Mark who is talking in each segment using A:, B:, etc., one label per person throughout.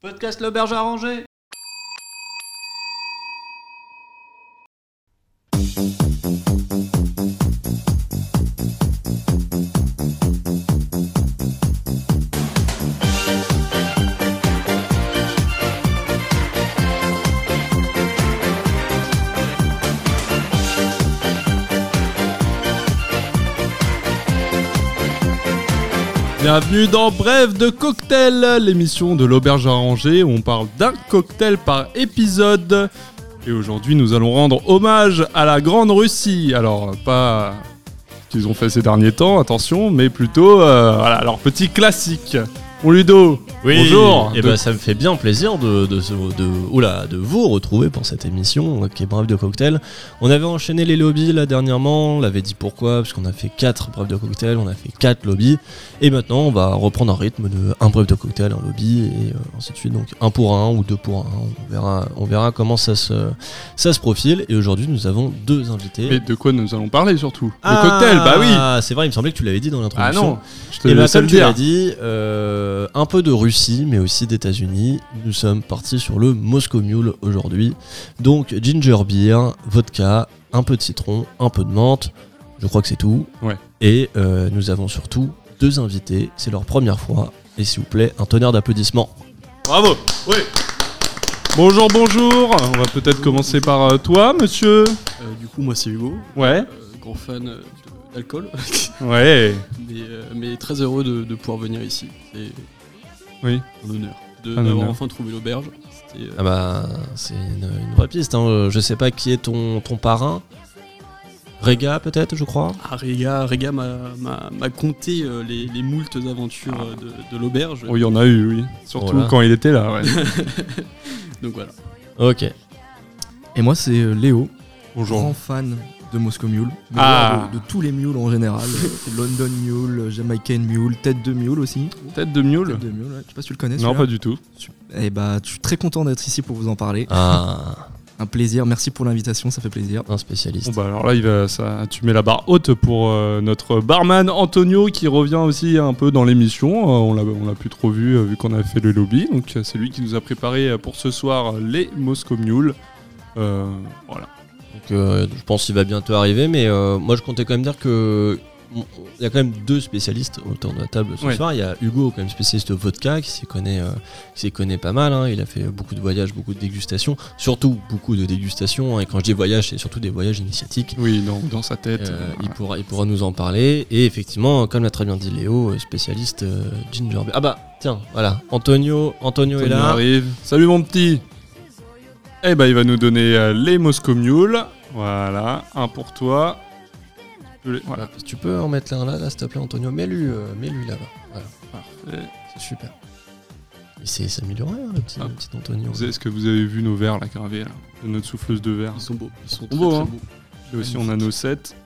A: Podcast l'auberge arrangée.
B: Bienvenue dans Bref de Cocktail, l'émission de l'auberge arrangée où on parle d'un cocktail par épisode. Et aujourd'hui, nous allons rendre hommage à la Grande Russie. Alors, pas ce qu'ils ont fait ces derniers temps, attention, mais plutôt euh, voilà, leur petit classique. Bon, Ludo,
C: Oui,
B: bonjour.
C: Et
B: De-
C: ben, ça me fait bien plaisir de, de, se- de, oula, de vous retrouver pour cette émission euh, qui est Brave de Cocktail. On avait enchaîné les lobbies là dernièrement, on l'avait dit pourquoi, parce qu'on a fait 4 Brave de Cocktail, on a fait 4 lobbies, et maintenant on va reprendre un rythme de un Brave de Cocktail, un lobby, et euh, ainsi de suite, donc un pour un ou deux pour un, on verra, on verra comment ça se, ça se profile. Et aujourd'hui nous avons deux invités.
B: Mais de quoi nous allons parler surtout Le
C: Ah,
B: cocktail, bah oui.
C: C'est vrai, il me semblait que tu l'avais dit dans
B: Ah
C: l'introduction.
B: non, je te
C: Et bien,
B: laisse
C: Eh ben, comme
B: le
C: tu l'as
B: dire.
C: dit, euh, un peu de Russie, mais aussi d'États-Unis. Nous sommes partis sur le Moscow Mule aujourd'hui. Donc, ginger beer, vodka, un peu de citron, un peu de menthe. Je crois que c'est tout.
B: Ouais.
C: Et euh, nous avons surtout deux invités. C'est leur première fois. Et s'il vous plaît, un tonnerre d'applaudissements.
B: Bravo. Oui. Bonjour, bonjour. On va peut-être commencer par euh, toi, monsieur.
D: Euh, du coup, moi, c'est Hugo,
B: Ouais.
D: euh, grand fan euh, de- d'alcool,
B: Ouais.
D: mais, euh, mais très heureux de, de pouvoir venir ici. C'est
B: Oui.
D: un honneur de-
B: Un
D: d'avoir
B: honneur.
D: enfin trouvé l'auberge. C'était, euh,
C: Ah bah, c'est une, une vraie piste. hein. Je sais pas qui est ton, ton parrain. Rega, peut-être, je crois.
D: Ah, Réga, Réga m'a- m'a m'a conté euh, les, les moultes aventures euh, de, de l'auberge.
B: Oui, Oh, il y en a eu, oui. Surtout
C: Voilà.
B: quand il était là, ouais.
D: Donc voilà.
C: Ok.
E: Et moi, c'est euh, Léo, grand
B: Bonjour.
E: fan de Moscow Mule, mais
B: Ah.
E: de, de tous les mules en général. euh, c'est London Mule, euh, Jamaican Mule, Tête de Mule aussi.
B: Tête de mule
E: Tête de Mule, ouais. je sais pas si tu le connais.
B: Non, pas du tout.
E: Et bah, je suis très content d'être ici pour vous en parler.
C: Ah,
E: Un plaisir, merci pour l'invitation, ça fait plaisir.
C: un spécialiste.
B: Bon, bah alors là, il va, ça, tu mets la barre haute pour euh, notre barman Antonio qui revient aussi un peu dans l'émission. Euh, on l'a- on l'a plus trop vu euh, vu qu'on a fait le lobby. Donc, euh, c'est lui qui nous a préparé euh, pour ce soir euh, les Moscow Mule. Euh, voilà.
C: Donc, euh, je pense qu'il va bientôt arriver, mais euh, moi je comptais quand même dire que bon, il y a quand même deux spécialistes autour de la table ce
B: Ouais.
C: soir. Il y a Hugo, quand même spécialiste vodka, qui s'y connaît, euh, qui s'y connaît pas mal. hein. Il a fait beaucoup de voyages, beaucoup de dégustations, surtout beaucoup de dégustations. hein. Et quand je dis voyage, c'est surtout des voyages initiatiques.
B: Oui, dans, dans sa tête.
C: Euh,
B: euh,
C: il, pourra, il pourra nous en parler. Et effectivement, comme l'a très bien dit Léo, euh, spécialiste euh, ginger beer. Ah bah tiens, voilà, Antonio, Antonio, est
B: Antonio
C: là.
B: arrive. Salut mon petit. Eh ben, il va nous donner euh, les Moscow Mule. Voilà, un pour toi. Tu peux les- Voilà.
C: Bah, Tu peux en mettre un là, là, s'il te plaît, Antonio. Mets-lui, euh, mets-lui là-bas. Voilà.
B: Parfait.
C: C'est super. Il s'est s'est amélioré, hein, le, petit,
B: Ah.
C: le petit Antonio.
B: Vous savez- Est-ce que vous avez vu nos verres, la gravée, là De Notre souffleuse de verre.
D: Ils sont beaux. Ils sont
B: Ils
D: très,
B: sont beaux,
D: très
B: hein.
D: beaux.
B: Et aussi, on a nos 7.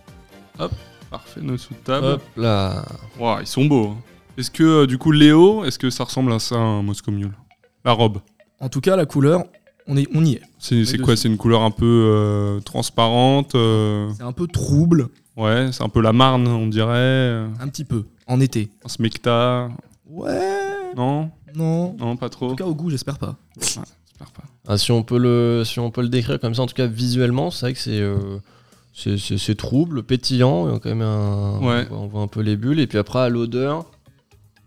B: Hop, parfait, nos sous-tables.
C: Hop là.
B: Waouh, ils sont beaux. hein. Est-ce que, euh, du coup, Léo, est-ce que ça ressemble à ça, un Moscow Mule La robe
E: En tout cas, la couleur, on, est, on y est.
B: C'est c'est
D: de-
B: quoi C'est une couleur un peu euh, transparente euh,
E: C'est un peu trouble,
B: Ouais, c'est un peu la marne, on dirait. euh,
E: un petit peu, en été.
B: Un smecta.
E: Ouais,
B: Non
E: non.
B: Non, pas trop
E: En tout cas, au goût, j'espère pas.
B: J'espère pas.
C: Ah, si, on peut le, si on peut le décrire comme ça, en tout cas visuellement, c'est vrai que c'est. euh, c'est- c'est c'est trouble, pétillant, il y a quand même un,
B: Ouais.
C: on, voit, on voit un peu les bulles, et puis après à l'odeur,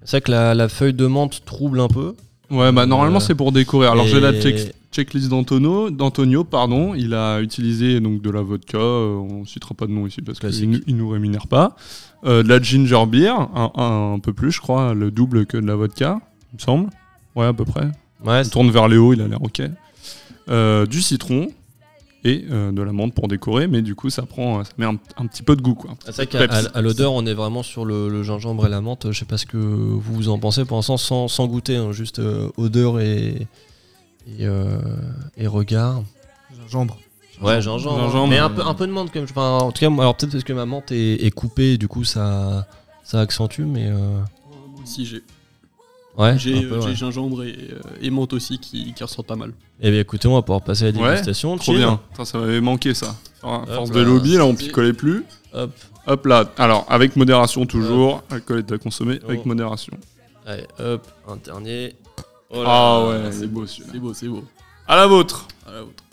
C: c'est vrai que la, la feuille de menthe trouble un peu.
B: Ouais, bah normalement
C: Euh,
B: c'est pour décorer. Alors
C: et-
B: j'ai la check- checklist d'Antonio, d'Antonio, pardon. Il a utilisé donc de la vodka, euh, on citera pas de nom ici parce
C: Classique.
B: qu'il ne nous rémunère pas. Euh, de la ginger beer, un, un- un peu plus je crois, le double que de la vodka, il me semble. Ouais, à peu près.
C: Ouais,
B: On tourne vers Léo, il a l'air ok. Euh, du citron et euh, de la menthe pour décorer, mais du coup ça prend, euh, ça met un, un petit peu de goût quoi.
C: Ah, C'est vrai qu'à
B: Peps.
C: Bah, à- à l'odeur, on est vraiment sur le, le gingembre et la menthe. Je sais pas ce que vous vous en pensez pour l'instant, sans, sans goûter, hein, juste euh, odeur et, et, euh, et regard.
E: Gingembre.
C: Ouais, gingembre.
B: Gingembre. euh.
C: mais un peu, un peu de menthe, comme je enfin, En tout cas, moi, alors peut-être parce que ma menthe est, est coupée, du coup, ça, ça accentue, mais. euh,
D: Moi aussi, j'ai
C: ouais,
D: j'ai,
C: un
D: euh,
C: peu,
D: j'ai
C: ouais.
D: gingembre et, euh, et menthe aussi qui, qui ressortent pas mal.
C: Eh bien, écoutez, on va pouvoir passer à la
B: Ouais,
C: dégustation.
B: Trop
C: chill.
B: bien. Ça, ça m'avait manqué ça. À force
C: Hop
B: de
C: là.
B: lobby, là on picolait plus.
C: Hop.
B: Hop là, alors avec modération toujours, alcool est à consommer
C: Oh.
B: avec modération.
C: Allez, hop, un dernier.
D: Oh
B: Ah ouais, c'est beau celui-là.
D: C'est beau, c'est beau.
B: À la vôtre
D: À la vôtre.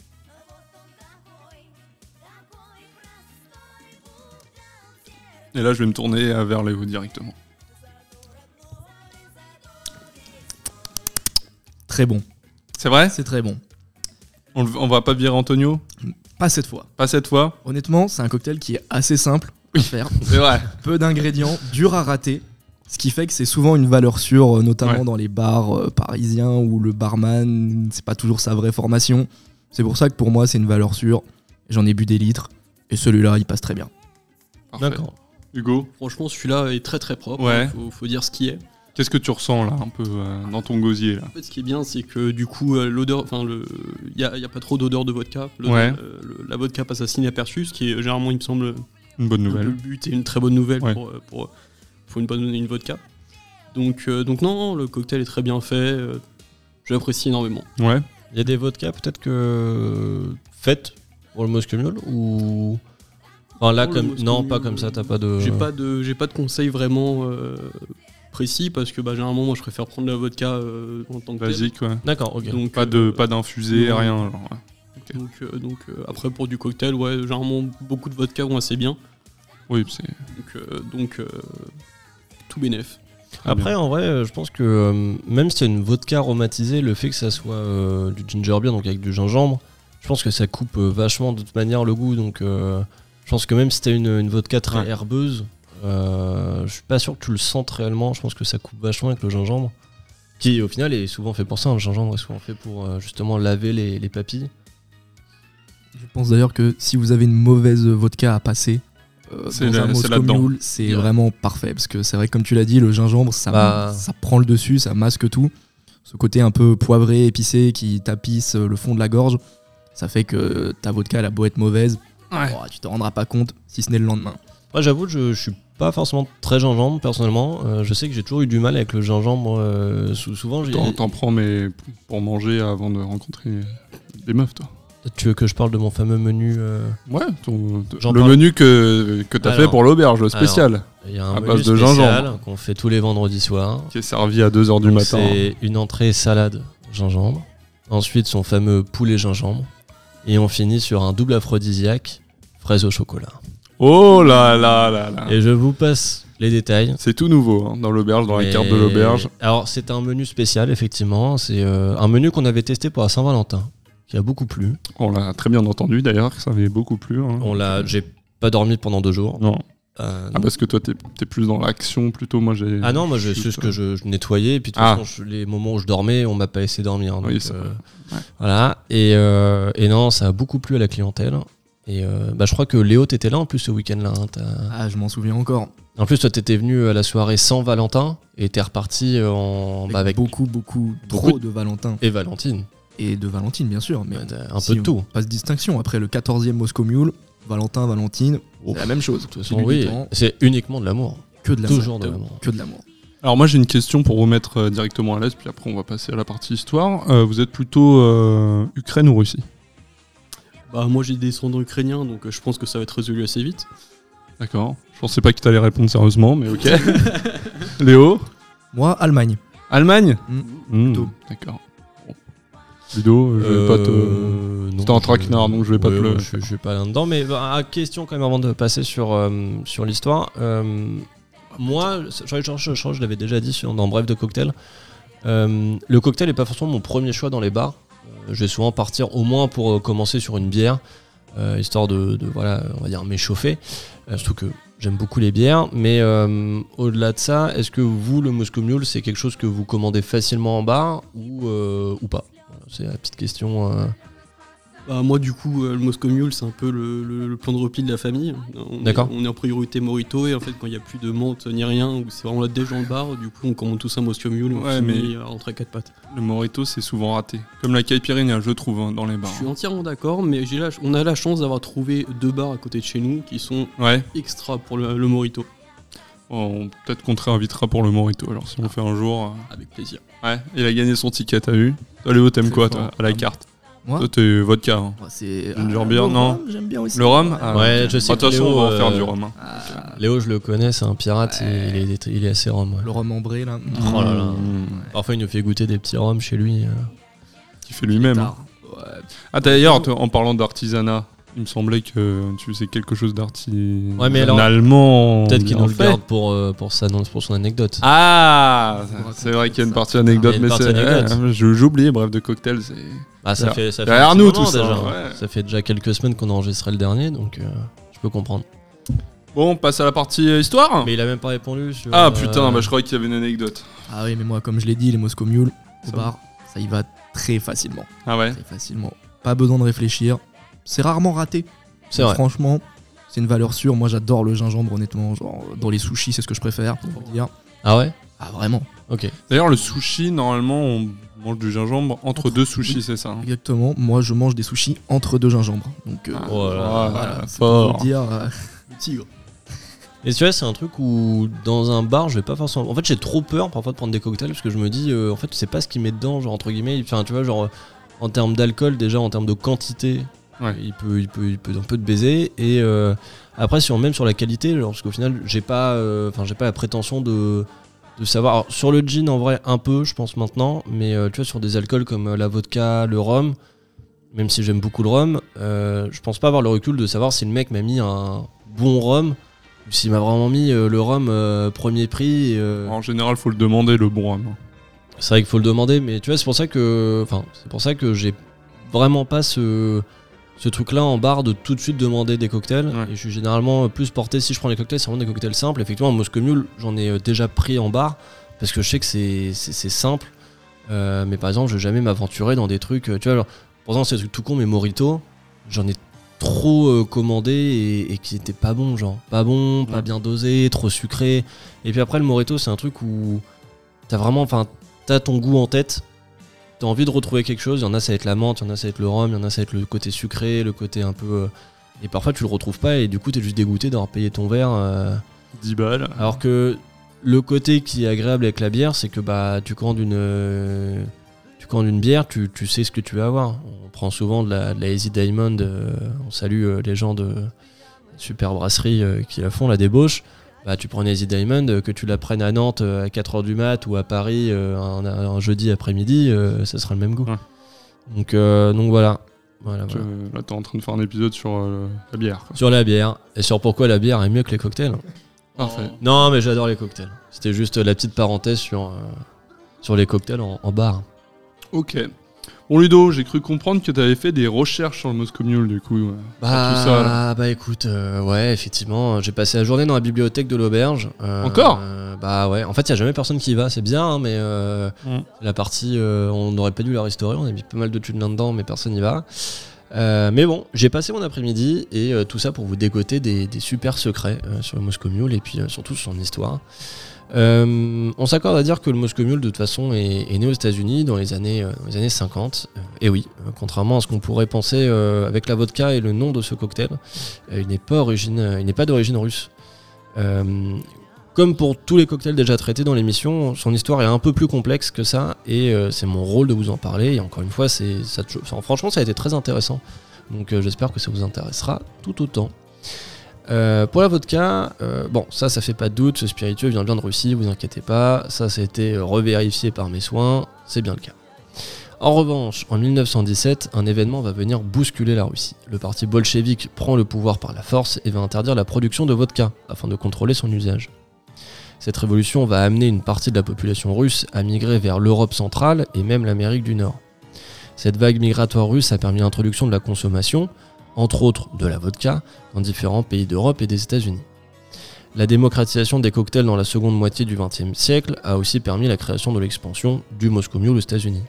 B: Et là, je vais me tourner euh, vers Léo directement.
E: Très bon.
B: C'est vrai
E: C'est très bon.
B: on, le- on va pas virer Antonio
E: Pas cette fois.
B: Pas cette fois
E: Honnêtement, c'est un cocktail qui est assez simple à faire.
B: C'est vrai.
E: Peu d'ingrédients, dur à rater. Ce qui fait que c'est souvent une valeur sûre, euh, notamment
B: Ouais.
E: dans les bars euh, parisiens où le barman, c'est pas toujours sa vraie formation. C'est pour ça que pour moi, c'est une valeur sûre. J'en ai bu des litres. Et celui-là, il passe très bien.
B: Parfait.
C: D'accord.
B: Hugo,
D: Franchement, celui-là est très très propre.
B: Ouais.
D: hein, faut, faut dire ce qui est.
B: qu'est-ce que tu ressens là, un peu euh, dans ton gosier là
D: En fait, ce qui est bien, c'est que du coup, euh, l'odeur, enfin, le, il y a, y a pas trop d'odeur de vodka. L'odeur-
B: Ouais.
D: euh, le- la vodka passe assez inaperçue, ce qui est généralement, il me semble,
B: Une bonne
D: le
B: nouvelle.
D: but et une très bonne nouvelle
B: Ouais.
D: pour, euh, pour, pour une bonne une vodka. Donc, euh, donc non, le cocktail est très bien fait. euh, J'apprécie énormément.
B: Ouais.
C: Il y a des vodkas peut-être que faites pour le Moscow Mule ou enfin là
D: Pour le
C: comme
D: Moscow
C: non
D: Mule,
C: pas comme ça t'as pas
B: Euh.
C: de
D: J'ai pas de j'ai pas de conseils vraiment euh, précis parce que bah, généralement moi je préfère prendre la vodka euh, en tant que telle.
B: Basique, ouais.
C: d'accord ok
D: Donc,
B: Pas de,
D: euh,
B: pas d'infusé,
D: non.
B: rien. Genre, ouais.
D: donc, euh, donc, euh, après pour du cocktail ouais généralement beaucoup de vodka vont assez bien
B: Oui, c'est.
D: donc euh, donc euh, tout bénef.
B: très
C: après
B: bien.
C: en vrai euh, je pense que euh, même si c'est une vodka aromatisée le fait que ça soit euh, du ginger beer donc avec du gingembre je pense que ça coupe euh, vachement de toute manière le goût donc euh, je pense que même si t'as une, une vodka très
B: Ouais.
C: herbeuse euh, je suis pas sûr que tu le sentes réellement je pense que ça coupe vachement avec le gingembre qui au final est souvent fait pour ça hein, le gingembre est souvent fait pour euh, justement laver les, les papilles
E: Je pense d'ailleurs que si vous avez une mauvaise vodka à passer, euh,
B: C'est
E: dans
B: là-
E: un
B: c'est
E: Moscow
B: là-dedans.
E: Mule, c'est
C: Yeah.
E: vraiment parfait. Parce que c'est vrai que comme tu l'as dit, le gingembre, ça,
C: Bah.
E: ça prend le dessus, ça masque tout. Ce côté un peu poivré, épicé, qui tapisse euh, le fond de la gorge, ça fait que ta vodka, elle a beau être mauvaise,
B: Ouais.
E: oh, tu t'en rendras pas compte, si ce n'est le lendemain.
C: Moi, j'avoue, que je, je suis pas forcément très gingembre personnellement. Euh, je sais que j'ai toujours eu du mal avec le gingembre. euh, sou- souvent, j'ai-
B: T'en, t'en prends, mais pour manger avant de rencontrer des meufs, toi.
C: tu veux que je parle de mon fameux menu. euh,
B: Ouais, ton-
C: J'en
B: le
C: parle.
B: menu que, que t'as
C: Alors.
B: fait pour l'auberge, le spécial,
C: Il y a un
B: À
C: menu
B: base de
C: spécial
B: gingembre.
C: qu'on fait tous les vendredis soirs.
B: qui est servi à 2h du
C: Donc,
B: matin.
C: C'est une entrée salade gingembre. Ensuite, son fameux poulet gingembre. Et on finit sur un double aphrodisiaque fraise au chocolat.
B: Oh là là là là.
C: Et je vous passe les détails.
B: C'est tout nouveau hein, dans l'auberge, dans
C: Mais-
B: la carte de l'auberge.
C: Alors, c'est un menu spécial, effectivement. C'est euh, un menu qu'on avait testé pour la Saint-Valentin, qui a beaucoup plu.
B: On l'a très bien entendu d'ailleurs, que ça avait beaucoup plu. hein.
C: On l'a, j'ai pas dormi pendant deux jours.
B: Non.
C: Euh,
B: Ah, parce que toi, t'es, t'es plus dans l'action plutôt. Moi, j'ai.
C: ah non, moi je,
B: je-
C: c'est ce que je, je nettoyais et puis de toute
B: Ah.
C: façon, je- les moments où je dormais, on m'a pas laissé dormir. hein,
B: Oui,
C: donc,
B: ça-
C: euh,
B: ouais.
C: Voilà. Et, euh, et non, ça a beaucoup plu à la clientèle. Et euh, bah, je crois que Léo, t'étais là en plus ce week-end-là. hein, t'as-
E: Ah, je m'en souviens encore.
C: En plus, toi, t'étais venu à la soirée sans Valentin et t'es reparti en,
E: Avec,
C: bah, avec
E: beaucoup, beaucoup,
C: Beaucoup
E: trop de Valentin.
C: et Valentine.
E: Et de Valentine, bien sûr. Mais
C: Ouais, t'as un
E: si
C: peu de
E: on-
C: tout.
E: Pas de distinction. Après le 14e Moscow Mule, Valentin, Valentine,
C: Ouf.
E: c'est la même chose.
C: De toute façon,
E: C'est du
C: oui,
E: temps,
C: c'est uniquement de l'amour.
E: que de la
C: Toujours de
E: de-
C: l'amour.
E: Que de l'amour.
B: Alors, moi, j'ai une question pour vous mettre euh, directement à l'aise, puis après, on va passer à la partie histoire. Euh, vous êtes plutôt euh, Ukraine ou Russie
D: Bah moi j'ai des descendants ukrainiens donc euh, je pense que ça va être résolu assez vite.
B: D'accord. Je pensais pas que t'allais répondre sérieusement, mais ok. Léo
E: Moi, Allemagne.
B: Allemagne
E: Mm.
B: Mm,
E: Plutôt.
B: D'accord. Bon. Ludo, euh, je vais pas te.
C: Euh, non,
B: C'était un
C: je-
B: traquenard, donc je vais pas
C: ouais,
B: te le-
C: ouais, Je, je vais pas là-dedans. Mais bah, ah, question quand même avant de passer sur, euh, sur l'histoire. Euh, moi, je, je- je- je- je l'avais déjà dit sur, dans Bref de Cocktail. Euh, le cocktail est pas forcément mon premier choix dans les bars. Euh, je vais souvent partir au moins pour euh, commencer sur une bière, euh, histoire de, de, voilà, on va dire m'échauffer. Euh, surtout que j'aime beaucoup les bières. Mais euh, au-delà de ça, est-ce que vous, le Moscow Mule, c'est quelque chose que vous commandez facilement en bar ou, euh, ou pas Voilà, C'est la petite question. euh,
D: Bah moi du coup euh, le Moscow Mule c'est un peu le, le- le plan de repli de la famille. On est-
C: D'accord.
D: On est en priorité Morito et en fait quand il n'y a plus de menthe ni rien ou c'est vraiment la déj dans le bar du coup on commande tous un Moscow Mule on
B: Ouais,
D: finit
B: mais-
D: euh, entre quatre pattes.
B: Le Morito, c'est souvent raté. Comme la caipirinha, je trouve, hein, dans les bars.
D: Je suis entièrement d'accord, mais j'ai la- on a la chance d'avoir trouvé deux bars à côté de chez nous qui sont
B: Ouais.
D: extra pour le, le Morito.
B: On- Peut-être qu'on te réinvitera pour le Morito, alors si on le fait un jour. euh.
D: Avec plaisir.
B: Ouais, il a gagné son ticket, t'as vu Toi Léo, t'aimes
D: C'est
B: quoi
D: fort.
B: toi, à la
D: Ah,
B: carte
E: Moi
B: Toi, t'es vodka. hein.
E: Moi, c'est.
B: Ginger
E: Ah,
B: beer,
E: le
B: non.
E: rhum, J'aime bien aussi.
B: Le rhum Ah,
C: Ouais, je sais que
B: Attention,
C: Léo,
B: on va en faire
C: euh,
B: du rhum. hein.
E: Ah,
C: Léo, je le connais, c'est un pirate,
E: Ouais.
C: il, est, il est assez rhum. ouais.
E: le rhum ambré, là.
C: Oh là là.
B: Mmh.
C: Parfois, il nous fait goûter des petits rhums chez lui. euh.
B: Il fait lui-même. hein.
E: Tard.
B: Ah, d'ailleurs, toi, en parlant d'artisanat, il me semblait que tu faisais quelque chose d'artisanal
C: Ouais, mais alors,
B: allemand.
C: Peut-être qu'il
B: bien
C: nous le
B: fait.
C: garde pour, euh, pour, sa- non, pour son anecdote.
B: Ah
E: Faut
B: C'est vrai qu'il y a une
E: raconter
B: partie
E: ça.
B: anecdote,
C: Il y a une
B: mais
C: partie
B: c'est.
C: anecdote.
B: Ouais, je- J'oubliais, bref, de cocktail, c'est.
C: Ah, ça
B: Derrière-
C: fait, ça fait
B: derrière
C: un petit
B: nous,
C: moment
B: tout ça,
C: déjà.
B: ouais.
C: Ça fait déjà quelques semaines qu'on a enregistré le dernier, donc euh, je peux comprendre.
B: Bon, on passe à la partie euh, histoire
C: Mais il a même pas répondu. sur,
B: Ah
C: euh,
B: putain, bah, je croyais qu'il y avait une anecdote.
E: Ah oui, mais moi, comme je l'ai dit, les Moscow Mule, au
B: Ça va.
E: bar, ça y va très facilement.
B: Ah ouais
E: Très facilement. Pas besoin de réfléchir. C'est rarement raté.
C: C'est vrai.
E: Franchement, c'est une valeur sûre. Moi, j'adore le gingembre, honnêtement. Genre, euh, dans les sushis, c'est ce que je préfère, pour vous dire.
C: Ah ouais
E: Ah, vraiment
C: Ok.
B: D'ailleurs, le sushi, normalement, on mange du gingembre entre deux sushis, c'est ça hein
E: Exactement. Moi, je mange des sushis entre deux gingembres. Donc, euh,
B: Ah,
C: Oh là là,
E: voilà, c'est pour
B: fort.
E: vous dire. euh, le tigre.
C: Et tu vois, c'est un truc où dans un bar, je vais pas forcément. En fait, j'ai trop peur parfois de prendre des cocktails parce que je me dis, euh, en fait, tu sais pas ce qu'il met dedans, genre entre guillemets. Enfin, tu vois, genre euh, en termes d'alcool, déjà en termes de quantité,
B: Ouais.
C: il, peut, il, peut, il peut un peu te baiser. Et euh, après, sur, même sur la qualité, genre, parce qu'au final, j'ai pas, euh, enfin, j'ai pas la prétention de, de savoir. Alors, sur le gin, en vrai, un peu, je pense maintenant, mais euh, tu vois, sur des alcools comme euh, la vodka, le rhum. Même si j'aime beaucoup le rhum, euh, je pense pas avoir le recul de savoir si le mec m'a mis un bon rhum ou s'il m'a vraiment mis euh, le rhum euh, premier prix. et, euh,
B: En général, faut le demander, le bon hein. rhum.
C: c'est vrai qu'il faut le demander, mais tu vois, c'est pour ça que, enfin, c'est pour ça que j'ai vraiment pas ce ce truc-là en barre de tout de suite demander des cocktails.
B: Ouais.
C: Et je suis généralement plus porté si je prends des cocktails, c'est vraiment des cocktails simples. Effectivement, Moscow Mule, j'en ai euh, déjà pris en barre parce que je sais que c'est c'est- c'est simple. Euh, mais par exemple, je vais jamais m'aventurer dans des trucs. euh, Tu vois, alors, pourtant c'est des trucs tout con, mais Morito, j'en ai trop euh, commandé et, et qui n'était pas bon, genre pas bon, pas
B: Ouais.
C: bien dosé, trop sucré. Et puis après, le Morito, c'est un truc où t'as vraiment, enfin, t'as ton goût en tête. T'as envie de retrouver quelque chose. Il y en a, ça va être la menthe, il y en a, ça va être le rhum, il y en a, ça va être le côté sucré, le côté un peu. euh, et parfois, tu le retrouves pas et du coup, t'es juste dégoûté d'avoir payé ton verre. euh,
B: 10 balles.
C: alors que le côté qui est agréable avec la bière, c'est que bah tu commandes une euh, tu commandes une bière, tu, tu sais ce que tu vas avoir. On prend souvent de la, de la Easy Diamond, euh, on salue euh, les gens de super brasserie euh, qui la font la débauche. Bah, tu prends une Easy Diamond, euh, que tu la prennes à Nantes euh, à 4h du mat ou à Paris euh, un, un jeudi après-midi, euh, ça sera le même goût.
B: Ouais.
C: Donc, euh, donc voilà. Voilà,
B: Tu-
C: voilà.
B: Là, t'es en train de faire un épisode sur euh, la bière. quoi.
C: Sur la bière, et sur pourquoi la bière est mieux que les cocktails. hein.
B: Parfait.
C: Non, mais j'adore les cocktails. C'était juste la petite parenthèse sur, euh, sur les cocktails en, en bar.
B: Ok. Bon, Ludo, j'ai cru comprendre que t'avais fait des recherches sur le Moscow Mule, du coup. ouais.
C: Bah,
B: tout ça, là.
C: bah écoute, euh, ouais, effectivement, j'ai passé la journée dans la bibliothèque de l'auberge. Euh,
B: Encore
C: euh, Bah ouais, en fait, il n'y a jamais personne qui y va, c'est bien, hein, mais euh,
B: Mm.
C: la partie, euh, on n'aurait pas dû la restaurer, on a mis pas mal de thunes là-dedans, mais personne n'y va. Euh, mais bon, j'ai passé mon après-midi et euh, tout ça pour vous dégoter des, des super secrets euh, sur le Moscow Mule et puis euh, surtout sur son histoire. Euh, on s'accorde à dire que le Moscow Mule, de toute façon, est, est né aux États-Unis dans les années, euh, dans les années 50. et oui, euh, contrairement à ce qu'on pourrait penser euh, avec la vodka et le nom de ce cocktail, euh, il n'est pas origine, euh, il n'est pas d'origine russe. Euh, comme pour tous les cocktails déjà traités dans l'émission, son histoire est un peu plus complexe que ça, et euh, c'est mon rôle de vous en parler. Et encore une fois, c'est, ça, te- enfin, franchement, ça a été très intéressant. Donc euh, j'espère que ça vous intéressera tout autant. Euh, pour la vodka, euh, bon, ça, ça fait pas de doute, ce spiritueux vient bien de Russie, vous inquiétez pas, ça, ça a été euh, revérifié par mes soins, c'est bien le cas. En revanche, en 1917, un événement va venir bousculer la Russie. Le parti bolchevique prend le pouvoir par la force et va interdire la production de vodka afin de contrôler son usage. Cette révolution va amener une partie de la population russe à migrer vers l'Europe centrale et même l'Amérique du Nord. Cette vague migratoire russe a permis l'introduction de la consommation, entre autres de la vodka, dans différents pays d'Europe et des États-Unis. La démocratisation des cocktails dans la seconde moitié du XXe siècle a aussi permis la création de l'expansion du Moscow Mule aux États-Unis.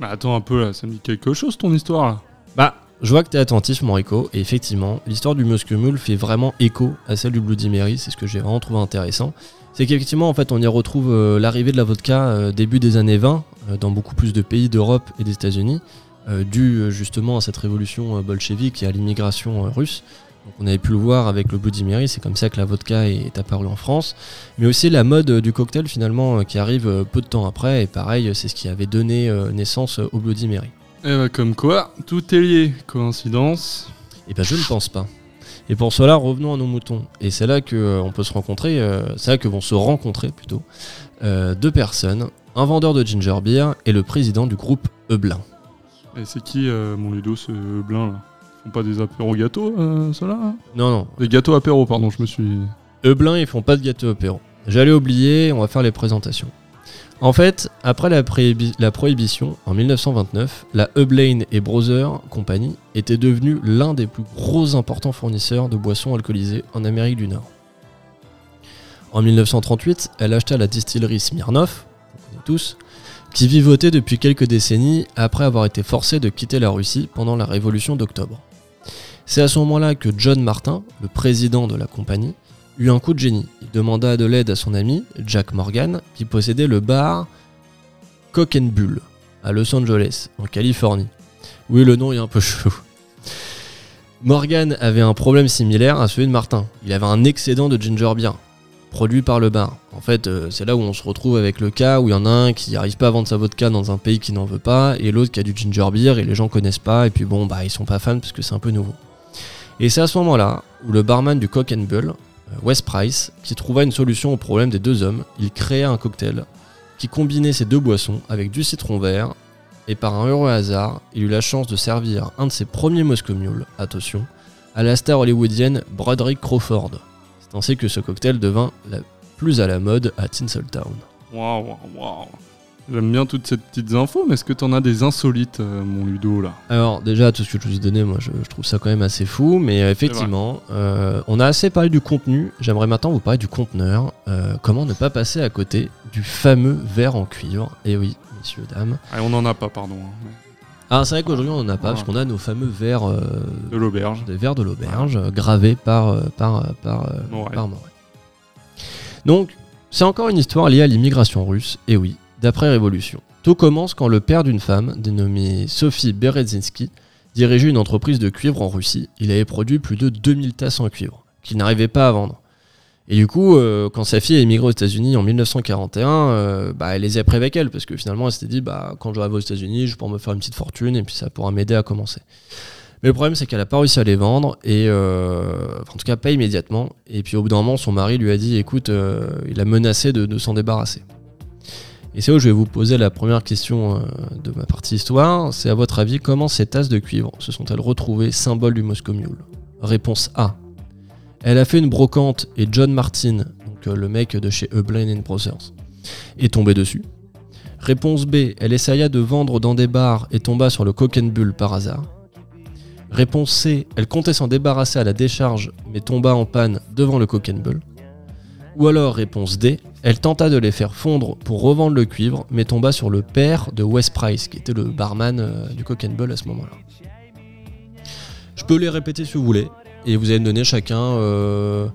B: Bah, attends un peu, là, ça me dit quelque chose, ton histoire, là.
C: Bah, je vois que t'es attentif, Morico, et effectivement, l'histoire du Muscle Mule fait vraiment écho à celle du Bloody Mary, c'est ce que j'ai vraiment trouvé intéressant. C'est qu'effectivement, en fait, on y retrouve euh, l'arrivée de la vodka euh, début des années 20, euh, dans beaucoup plus de pays d'Europe et des États-Unis, euh, dû euh, justement à cette révolution euh, bolchevique et à l'immigration euh, russe. Donc, on avait pu le voir avec le Bloody Mary, c'est comme ça que la vodka est, est apparue en France. Mais aussi la mode euh, du cocktail, finalement, euh, qui arrive euh, peu de temps après, et pareil, c'est ce qui avait donné euh, naissance euh, au Bloody Mary.
B: Et bah, comme quoi, tout est lié. Coïncidence.
C: Eh bien, je ne pense pas. Et pour cela, revenons à nos moutons. Et c'est là que euh, on peut se rencontrer, euh, c'est là que vont se rencontrer plutôt euh, deux personnes, un vendeur de ginger beer et le président du groupe Eublin.
B: Et c'est qui, euh, mon Ludo, ce blin là Ils font pas des apéros gâteaux, euh, ceux-là hein
C: Non, non,
B: Des gâteaux apéros, pardon, je me suis.
C: Eublin, ils font pas de gâteau apéro. J'allais oublier, on va faire les présentations. En fait, après la, préhibi- la prohibition, en 1929, la Eublain et Brother Company était devenue l'un des plus gros importants fournisseurs de boissons alcoolisées en Amérique du Nord. En 1938, elle acheta la distillerie Smirnov, qu'on connaît tous, qui vivotait depuis quelques décennies après avoir été forcée de quitter la Russie pendant la Révolution d'octobre. C'est à ce moment-là que John Martin, le président de la compagnie, eut un coup de génie. Il demanda de l'aide à son ami, Jack Morgan, qui possédait le bar Cock and Bull à Los Angeles, en Californie. Oui, le nom est un peu chelou. Morgan avait un problème similaire à celui de Martin. Il avait un excédent de ginger beer, produit par le bar. En fait, euh, c'est là où on se retrouve avec le cas où il y en a un qui n'arrive pas à vendre sa vodka dans un pays qui n'en veut pas, et l'autre qui a du ginger beer et les gens connaissent pas, et puis bon, bah ils sont pas fans parce que c'est un peu nouveau. Et c'est à ce moment-là où le barman du Cock and Bull, Euh, Wes Price, qui trouva une solution au problème des deux hommes. Il créa un cocktail qui combinait ces deux boissons avec du citron vert. Et par un heureux hasard, il eut la chance de servir un de ses premiers Moscow Mule, attention, à la star hollywoodienne Broderick Crawford. C'est ainsi que ce cocktail devint la plus à la mode à Tinseltown.
B: Waouh, waouh, waouh. J'aime bien toutes ces petites infos, mais est-ce que t'en as des insolites, euh, mon Ludo, là
C: Alors déjà, tout ce que je vous ai donné, moi je, je trouve ça quand même assez fou, mais euh, effectivement, euh, on a assez parlé du contenu, j'aimerais maintenant vous parler du conteneur, Euh, comment ne pas passer à côté du fameux verre en cuivre, et oui, messieurs, dames.
B: Ah, on en a pas, pardon. hein, mais
C: Ah c'est vrai qu'aujourd'hui on n'en a pas,
B: Ouais.
C: parce qu'on a nos fameux verres, euh,
B: De l'auberge.
C: des verres de l'auberge, euh, gravés par, euh, par, euh, par, euh,
B: Moret.
C: par Moret. Donc, c'est encore une histoire liée à l'immigration russe, et oui, d'après Révolution. Tout commence quand le père d'une femme, dénommée Sophie Berezinski, dirigeait une entreprise de cuivre en Russie. Il avait produit plus de 2000 tasses en cuivre, qu'il n'arrivait pas à vendre. Et du coup, euh, quand sa fille est émigrée aux États-Unis en 1941, euh, bah, elle les a pris avec elle, parce que finalement, elle s'était dit, bah, quand j'arrive aux États-Unis, je pourrai me faire une petite fortune, et puis ça pourra m'aider à commencer. Mais le problème, c'est qu'elle a pas réussi à les vendre, et euh, enfin, en tout cas pas immédiatement. Et puis au bout d'un moment, son mari lui a dit écoute, euh, il a menacé de, de s'en débarrasser. Et c'est où je vais vous poser la première question euh, de ma partie histoire c'est à votre avis, comment ces tasses de cuivre se sont-elles retrouvées symbole du Moscow Mule Réponse A Elle a fait une brocante et John Martin, donc euh, le mec de chez Eublain Brothers, est tombé dessus. Réponse B Elle essaya de vendre dans des bars et tomba sur le cock and bull par hasard. Réponse C, elle comptait s'en débarrasser à la décharge mais tomba en panne devant le cock and bull. Ou alors réponse D, elle tenta de les faire fondre pour revendre le cuivre mais tomba sur le père de Wes Price qui était le barman euh, du cock and bull à ce moment-là. Je peux les répéter si vous voulez et vous allez me donner chacun euh,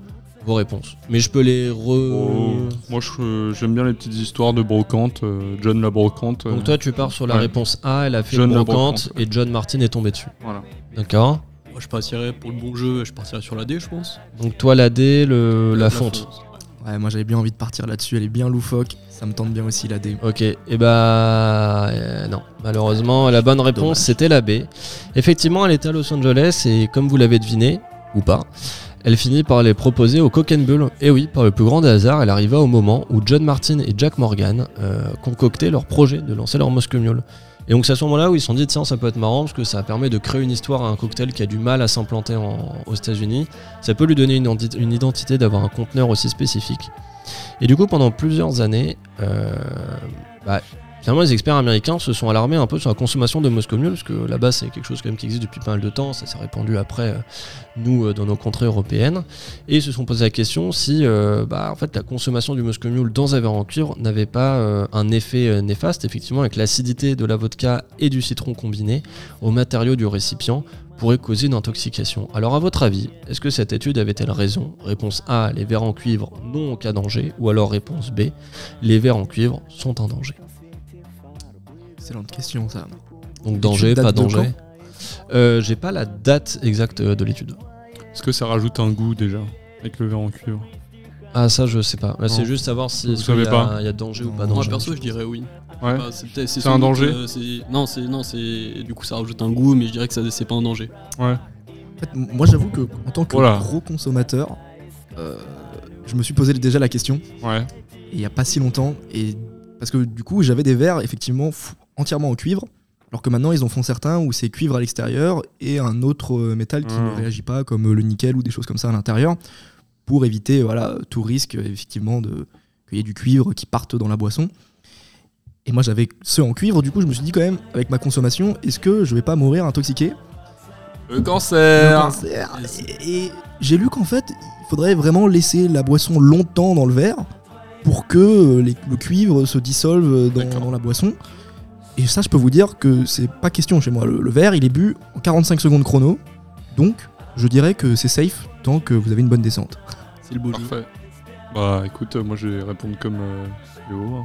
C: vos réponses. Mais je peux les re...
B: Oh, Moi, je, euh, j'aime bien les petites histoires de brocante. euh, John la brocante. euh,
C: Donc toi tu pars sur la
B: Ouais.
C: réponse A, elle a fait
B: John
C: une
B: la
C: brocante
B: brocante.
C: et John Martin est tombé dessus.
B: Voilà.
C: D'accord
D: Moi, je partirais pour le bon jeu, je partirais sur la D, je pense.
C: Donc toi la D, le- la, fonte.
E: Ouais, moi j'avais bien envie de partir là-dessus, elle est bien loufoque, ça me tente bien aussi la D.
C: Ok, et bah euh, non, malheureusement la bonne réponse
E: Dommage.
C: c'était la B. Effectivement, elle était à Los Angeles et comme vous l'avez deviné, ou pas, elle finit par les proposer au Cock and Bull. Et oui, par le plus grand des hasards, elle arriva au moment où John Martin et Jack Morgan euh, concoctaient leur projet de lancer leur Moscow Mule. Et donc c'est à ce moment-là où ils se sont dit, tiens, ça peut être marrant parce que ça permet de créer une histoire à un cocktail qui a du mal à s'implanter en- aux États-Unis. Ça peut lui donner une, identi- une identité d'avoir un conteneur aussi spécifique. Et du coup, pendant plusieurs années, euh, bah, finalement, les experts américains se sont alarmés un peu sur la consommation de Moscow Mule, parce que là-bas, c'est quelque chose quand même qui existe depuis pas mal de temps, ça s'est répandu après, euh, nous, euh, dans nos contrées européennes, et ils se sont posé la question si euh, bah, en fait, la consommation du Moscow Mule dans un verre en cuivre n'avait pas euh, un effet euh, néfaste, effectivement, avec l'acidité de la vodka et du citron combiné aux matériaux du récipient pourrait causer une intoxication. Alors à votre avis, est-ce que cette étude avait-elle raison Réponse A, les verres en cuivre n'ont aucun danger, ou alors réponse B, les verres en cuivre sont un danger.
E: Excellente question ça.
C: Donc danger,
E: L'étude date
C: pas
E: de
C: danger. Euh, J'ai pas la date exacte euh, de l'étude.
B: Est-ce que ça rajoute un goût déjà avec le verre en cuivre
C: Ah ça je sais pas. Là, c'est
B: Non.
C: juste savoir si
B: Vous
C: est-ce
B: savez
C: qu'il y a-
B: pas
C: il y a danger ou pas
E: Non,
D: Moi,
C: danger.
D: perso, je dirais oui.
B: Ouais.
D: Bah, c'est peut-être-
B: C'est un
D: sans doute,
B: danger
D: euh, c'est- Non, c'est non, c'est du coup ça rajoute un goût, mais je dirais que ça c'est pas un danger.
E: En fait, m- moi, j'avoue que en tant que
B: Voilà.
E: gros consommateur, euh, je me suis posé déjà la question
B: Ouais.
E: et il y a pas si longtemps et parce que du coup, j'avais des verres effectivement fou- entièrement en cuivre. Alors que maintenant, ils en font certains où c'est cuivre à l'extérieur et un autre euh, métal qui
B: Ah.
E: ne réagit pas, comme euh, le nickel ou des choses comme ça à l'intérieur, pour éviter voilà, tout risque, euh, effectivement, de- qu'il y ait du cuivre qui parte dans la boisson. Et moi, j'avais ceux en cuivre, du coup, je me suis dit quand même, avec ma consommation, est-ce que je vais pas mourir intoxiqué
B: Le cancer.
E: cancer.
D: Yes.
E: euh, Et, et j'ai lu qu'en fait, il faudrait vraiment laisser la boisson longtemps dans le verre pour que euh, les- le cuivre se dissolve euh, dans,
B: D'accord.
E: dans la boisson. Et ça, je peux vous dire que c'est pas question chez moi. Le, le verre, il est bu en 45 secondes chrono. Donc, je dirais que c'est safe tant que vous avez une bonne descente.
D: C'est le beau jeu.
B: Parfait. Bah écoute, euh, moi je vais répondre comme euh, Léo. hein.
C: Et bien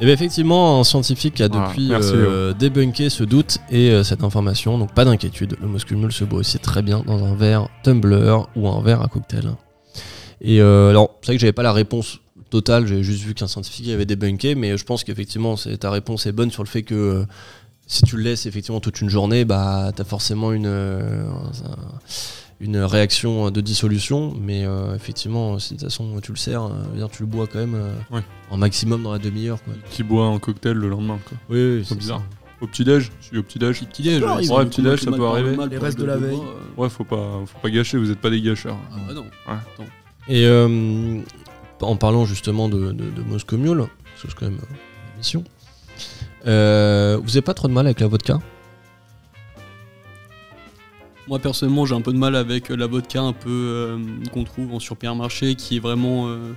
C: Eh ben, effectivement, un scientifique a
B: Voilà,
C: depuis
B: Ah, merci,
C: euh, débunké ce doute et euh, cette information, donc pas d'inquiétude. Le muscumule se boit aussi très bien dans un verre tumbler ou un verre à cocktail. Et euh, alors, c'est vrai que j'avais pas la réponse totale, j'ai juste vu qu'un scientifique avait débunké, mais je pense qu'effectivement, c'est- ta réponse est bonne sur le fait que euh, si tu le laisses effectivement toute une journée, bah t'as forcément une, euh, un- une réaction de dissolution, mais euh, effectivement, si de toute façon tu le sers, euh, je veux dire, tu le bois quand même euh,
B: Ouais.
C: en maximum dans la demi-heure. quoi.
B: Qui boit un cocktail le lendemain quoi.
C: Oui, oui,
B: C'est bizarre.
C: ça.
B: Au petit déj, si au petit déj.
D: Petit déj.
E: Non, ils
B: ont- Ouais, petit déj, ça peut arriver.
E: Les restes de la veille.
B: Ouais, faut pas, faut pas gâcher. Vous êtes pas des gâcheurs.
D: euh,
B: hein.
D: Ah bah non. Attends.
C: Et euh, en parlant justement de, de, de Moscow Mule, parce que c'est quand même euh, une émission, euh, vous avez pas trop de mal avec la vodka
D: Moi personnellement, j'ai un peu de mal avec la vodka un peu euh, qu'on trouve en supermarché, qui est vraiment euh,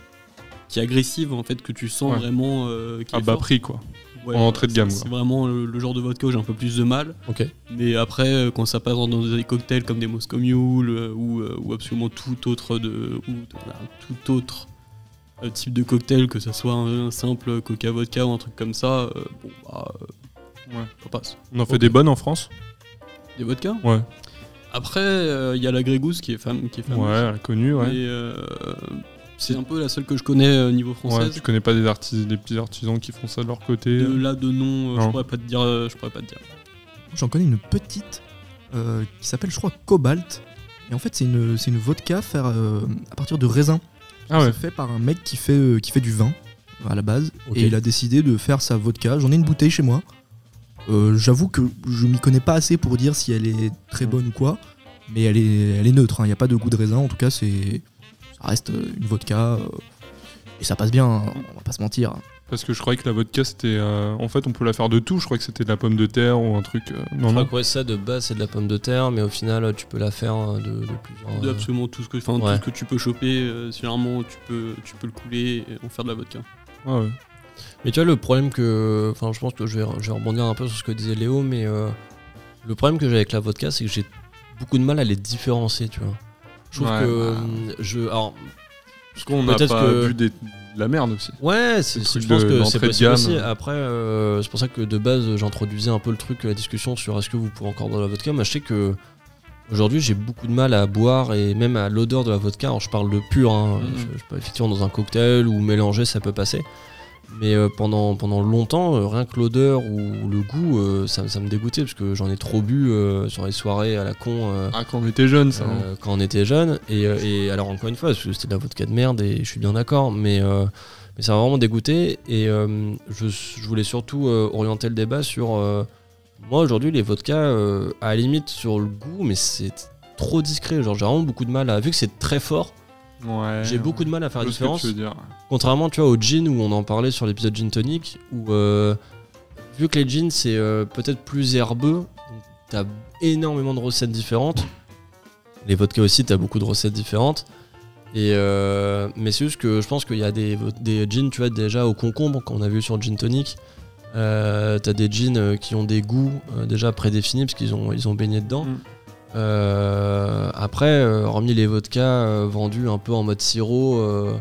D: qui est agressive en fait, que tu sens
B: Ouais.
D: vraiment. euh, qui
B: À
D: est
B: bas
D: forte.
B: prix quoi.
D: Ouais,
B: en entrée de
D: c'est-
B: gamme,
D: C'est
B: quoi.
D: vraiment le, le genre de vodka où j'ai un peu plus de mal.
C: Ok.
D: Mais après, euh, quand ça passe dans des cocktails comme des Moscow Mule euh, ou, euh, ou absolument tout autre de ou de- voilà, tout autre euh, type de cocktail, que ce soit un, un simple Coca Vodka ou un truc comme ça, euh, bon bah euh,
B: Ouais.
D: ça passe.
B: On en fait des bonnes en France.
D: Des vodkas hein.
B: Ouais.
D: Après, euh, il y a la Grégousse qui est femme, qui est fameuse.
B: Ouais, elle a connu. Ouais.
D: Mais, euh, c'est un peu la seule que je connais euh, niveau
B: Ouais,
D: française.
B: tu connais pas des artistes, des petits artisans qui font ça de leur côté.
D: de là de nom, euh, je
B: Non.
D: pourrais pas te dire. euh, je pourrais pas te dire.
E: J'en connais une petite euh, qui s'appelle, je crois, Cobalt. Et en fait, c'est une, c'est une vodka faire, euh, à partir de raisin.
B: Ah ouais.
E: C'est fait par un mec qui fait, euh, qui fait du vin à la base.
C: Ok.
E: Et il a décidé de faire sa vodka. J'en ai une bouteille chez moi. Euh, J'avoue que je m'y connais pas assez pour dire si elle est très bonne ou quoi. Mais elle est, elle est neutre. hein. Il n'y a pas de goût de raisin. En tout cas, c'est ça reste euh, une vodka. euh, et ça passe bien, hein, on va pas se mentir.
B: Parce que je croyais que la vodka c'était. euh, En fait, on peut la faire de tout. Je crois que c'était de la pomme de terre ou un truc. euh, Non,
C: Je crois
B: non.
C: que ouais, ça de base c'est de la pomme de terre, mais au final euh, tu peux la faire euh, de, de plusieurs.
D: De
C: euh,
D: absolument tout ce que, enfin,
C: Ouais.
D: tout ce que tu peux choper, euh, généralement tu peux, tu peux le couler et en faire de la vodka.
B: Ah ouais.
C: Mais tu vois, le problème que. Enfin, je pense que je vais, je vais rebondir un peu sur ce que disait Léo, mais euh, le problème que j'ai avec la vodka, c'est que j'ai beaucoup de mal à les différencier, tu vois. Je trouve
B: Ouais,
C: que.
B: bah.
C: euh, je, alors,
B: Parce qu'on n'a
C: Peut-être
B: pas
C: que-
B: bu des- de la merde aussi.
C: Ouais, c'est-
B: Le
C: c'est-
B: truc
C: je pense
B: de-
C: que
B: d'entrée
C: c'est
B: de
C: possible
B: gamme.
C: aussi. Après, euh, c'est pour ça que de base, j'introduisais un peu le truc, la discussion sur est-ce que vous pouvez encore boire de la vodka. Moi, je sais que aujourd'hui, j'ai beaucoup de mal à boire et même à l'odeur de la vodka. Alors, je parle de pur, hein.
B: Mm-hmm.
D: Mhm.
C: je, je peux effectivement dans un cocktail ou mélanger, ça peut passer. Mais euh, pendant, pendant longtemps, euh, rien que l'odeur ou le goût, euh, ça, ça me dégoûtait parce que j'en ai trop bu euh, sur les soirées à la con. euh,
B: Ah, quand on était jeune, ça. hein.
C: euh, quand on était jeune. Et, euh, et alors, encore une fois, parce que c'était de la vodka de merde et je suis bien d'accord, mais, euh, mais ça m'a vraiment dégoûté. Et euh, je, je voulais surtout euh, orienter le débat sur. euh, moi, aujourd'hui, les vodkas, euh, à la limite, sur le goût, mais c'est trop discret. Genre, j'ai vraiment beaucoup de mal à. Vu que c'est très fort,
B: Euh, Ouais.
C: j'ai beaucoup de mal à faire la
B: Je sais ce que
C: différence.
B: tu veux dire.
C: Contrairement, tu vois, au gin où on en parlait sur l'épisode gin tonic, où euh, vu que les gins c'est euh, peut-être plus herbeux, donc t'as énormément de recettes différentes. Les vodkas aussi, t'as beaucoup de recettes différentes. Et euh, mais c'est juste que je pense qu'il y a des, vo- des gins, tu vois, déjà au concombre qu'on a vu sur gin tonic. Euh, t'as des gins euh, qui ont des goûts euh, déjà prédéfinis parce qu'ils ont ils ont baigné dedans.
B: Mm.
C: Euh, après, euh, hormis les vodkas euh, vendus un peu en mode sirop. euh,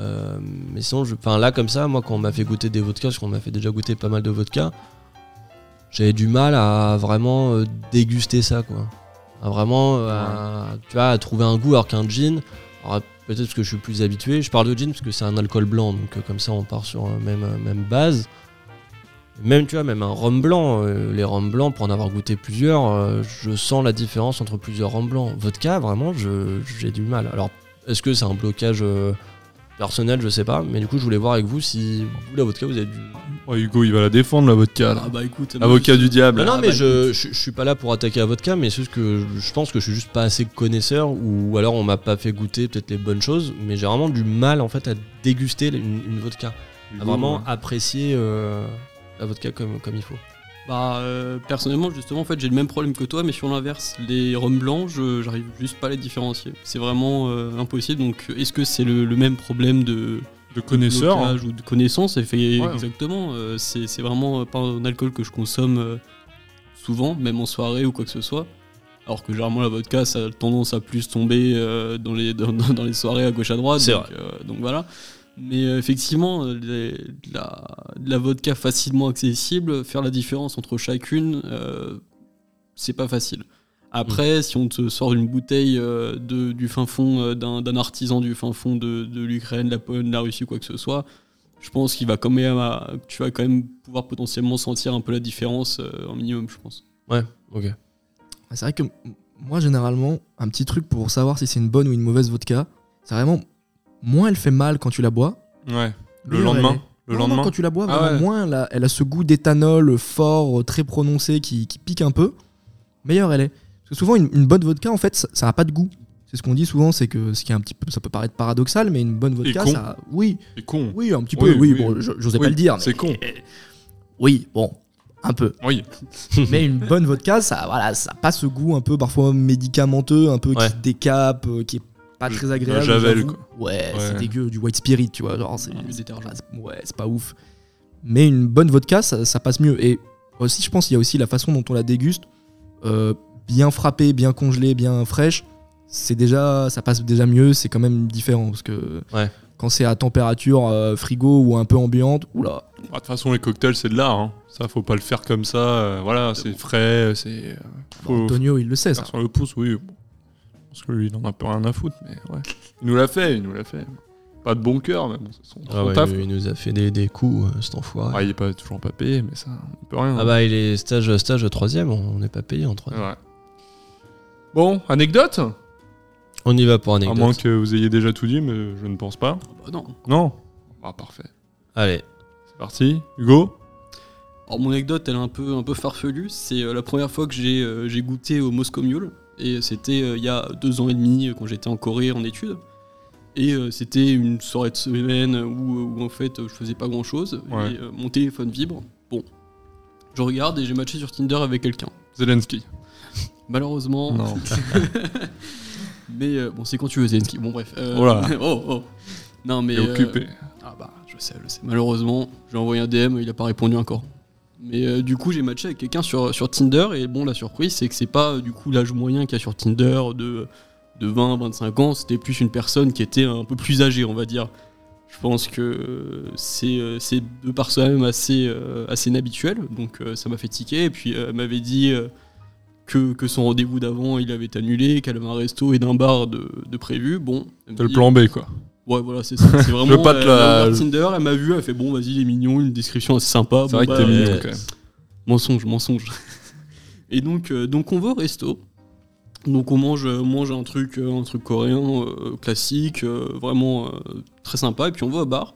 C: euh, mais sinon, je, enfin là comme ça, moi quand on m'a fait goûter des vodkas, parce qu'on m'a fait déjà goûter pas mal de vodkas, j'avais du mal à vraiment euh, déguster ça, quoi. À vraiment, euh, à- tu vois, à trouver un goût alors qu'un gin, alors, peut-être parce que je suis plus habitué. Je parle de gin parce que c'est un alcool blanc, donc euh, comme ça on part sur la même euh, même euh, base. Même, tu vois, même un rhum blanc, euh, les rhums blancs, pour en avoir goûté plusieurs, euh, je sens la différence entre plusieurs rhums blancs. Vodka, vraiment, je- j'ai du mal. Alors, est-ce que c'est un blocage euh, personnel Je sais pas. Mais du coup, je voulais voir avec vous si, vous, la vodka, vous avez du.
B: Oh, Hugo, il va la défendre, la vodka. là.
D: Ah bah écoute, moi,
B: Avocat
D: je-
B: du diable.
C: Non, non,
D: Ah,
C: mais
D: bah,
C: je, je, je suis pas là pour attaquer à vodka, mais c'est juste que je pense que je suis juste pas assez connaisseur, ou alors on m'a pas fait goûter peut-être les bonnes choses, mais j'ai vraiment du mal en fait à déguster une, une vodka, à
B: Hugo,
C: bah, vraiment
B: ouais.
C: apprécier euh, la vodka comme, comme il faut.
D: Bah euh, personnellement justement en fait j'ai le même problème que toi mais sur l'inverse les rhums blancs je- j'arrive juste pas à les différencier c'est vraiment euh, impossible donc est-ce que c'est le, le même problème de
B: De connaisseur. hein.
D: blocage ou de connaissance Et fait
B: Ouais.
D: exactement euh, c'est c'est vraiment euh, pas un alcool que je consomme euh, souvent même en soirée ou quoi que ce soit alors que généralement la vodka ça a tendance à plus tomber euh, dans les dans, dans- dans les soirées à gauche à droite
C: C'est
D: donc, euh, donc voilà mais euh, effectivement, euh, les- de la, de la vodka facilement accessible, faire la différence entre chacune, euh, c'est pas facile. Après, si on te sort une bouteille euh, de- du fin fond euh, d'un d'un artisan du fin fond de, de l'Ukraine, de la Pologne, de la Russie, quoi que ce soit, je pense qu'il va quand même, à- tu vas quand même pouvoir potentiellement sentir un peu la différence euh, un minimum, je pense.
C: Ouais, ok.
E: Ah, C'est vrai que m- moi, généralement, un petit truc pour savoir si c'est une bonne ou une mauvaise vodka, c'est vraiment moins elle fait mal quand tu la bois.
B: hein. Ouais. Le
E: mieux elle
B: lendemain.
E: est.
B: Le
E: Non, non,
B: lendemain.
E: quand tu la bois,
B: Ah
E: vraiment
B: ouais.
E: moins elle a, elle a ce goût d'éthanol fort, euh, très prononcé, qui, qui pique un peu. Meilleure elle est. Parce que souvent, une, une bonne vodka, en fait, ça- ça n'a pas de goût. C'est ce qu'on dit souvent, c'est que ce qui est un petit peu, ça peut paraître paradoxal, mais une bonne vodka,
B: con.
E: ça, oui,
B: C'est con.
E: oui, un petit
B: Oui,
E: peu, oui.
B: oui.
E: Bon, je- j'osais
B: Oui,
E: pas le dire, mais
B: C'est con.
E: oui, bon, un peu.
B: Oui.
E: mais une bonne vodka, ça, voilà, ça a pas ce goût un peu parfois médicamenteux, un peu
C: Ouais.
E: qui décape, euh, qui est pas
B: De-
E: très agréable.
B: de la Javel,
E: j'avoue.
B: quoi.
E: Ouais, c'est
B: Ouais.
E: dégueu, du white spirit, tu vois. Genre, c'est,
D: Ah, du
E: c'est
D: détergent.
E: pas, c'est- ouais, c'est pas ouf. Mais une bonne vodka, ça, ça passe mieux. Et aussi, je pense qu'il y a aussi la façon dont on la déguste, euh, bien frappée, bien congelée, bien fraîche. C'est déjà, ça passe déjà mieux. C'est quand même différent parce que
C: Ouais.
E: quand c'est à température euh, frigo ou un peu ambiante, oula,
B: Bah, De toute façon, les cocktails, c'est de l'art. hein. Ça, faut pas le faire comme ça. euh, voilà, c'est frais. C'est. euh, Faut faut
E: Antonio, il le sait
B: faire
E: ça.
B: sur le pouce, oui. bon. Parce que lui, il en a peu rien à foutre. Mais ouais. Il nous l'a fait. Il nous l'a fait. Pas de bon cœur, mais bon, c'est son,
C: Ah
B: son
C: ouais,
B: taf.
C: il, il nous a fait des, des coups, euh, cet enfoiré.
B: Ah, il est pas, toujours pas payé, mais ça, on peut rien. hein.
C: Ah bah, il est stage, stage 3 on n'est pas payé en 3
B: Ouais. Bon, anecdote
C: On y va pour
B: À
C: anecdote.
B: moins que vous ayez déjà tout dit, mais je ne pense pas.
D: Ah bah non.
B: Non Ah, parfait.
C: Allez,
B: C'est parti. Hugo
D: Alors mon anecdote, elle est un peu, un peu farfelue. C'est euh, la première fois que j'ai euh, j'ai goûté au Moscow Mule. Et c'était euh, il y a deux ans et demi euh, quand j'étais en Corée en études. Et euh, c'était une soirée de semaine où, où, en fait euh, je faisais pas grand chose.
B: Ouais.
D: Et euh, mon téléphone vibre. Bon. Je regarde et j'ai matché sur Tinder avec quelqu'un.
B: Zelensky.
D: Malheureusement. mais euh, bon, c'est quand tu veux Zelensky. Bon, bref. euh,
B: Oh là.
D: oh, oh. Non, mais.
B: Il est
D: euh,
B: occupé.
D: ah bah, je sais, je sais. Malheureusement, j'ai envoyé un DM, il a pas répondu encore. Mais euh, du coup, j'ai matché avec quelqu'un sur, sur Tinder, et bon, la surprise, c'est que c'est pas euh, du coup l'âge moyen qu'il y a sur Tinder de, de 20, 25 ans, c'était plus une personne qui était un peu plus âgée, on va dire. Je pense que euh, c'est euh, c'est de par soi-même assez, euh, assez inhabituel, donc euh, ça m'a fait tiquer, et puis euh, elle m'avait dit. euh, que, que son rendez-vous d'avant il avait été annulé, qu'elle avait un resto et d'un bar de, de prévu. Bon, elle me
B: C'est le
D: dit,
B: plan B, quoi.
D: Ouais, voilà, c'est ça. C'est vraiment.
B: Je veux pas te
D: elle
B: la-
D: a ouvert Tinder, elle m'a vu, elle fait bon, vas-y, il est mignon, une description assez sympa.
B: C'est
D: bon,
B: vrai
D: bah,
B: que t'es
D: euh,
B: mignon,
C: euh,
B: quand même.
D: Mensonge, mensonge. Et donc, euh, donc on va au resto. Donc on mange, on mange un truc, euh, un truc coréen euh, classique, euh, vraiment euh, très sympa. Et puis on va au bar.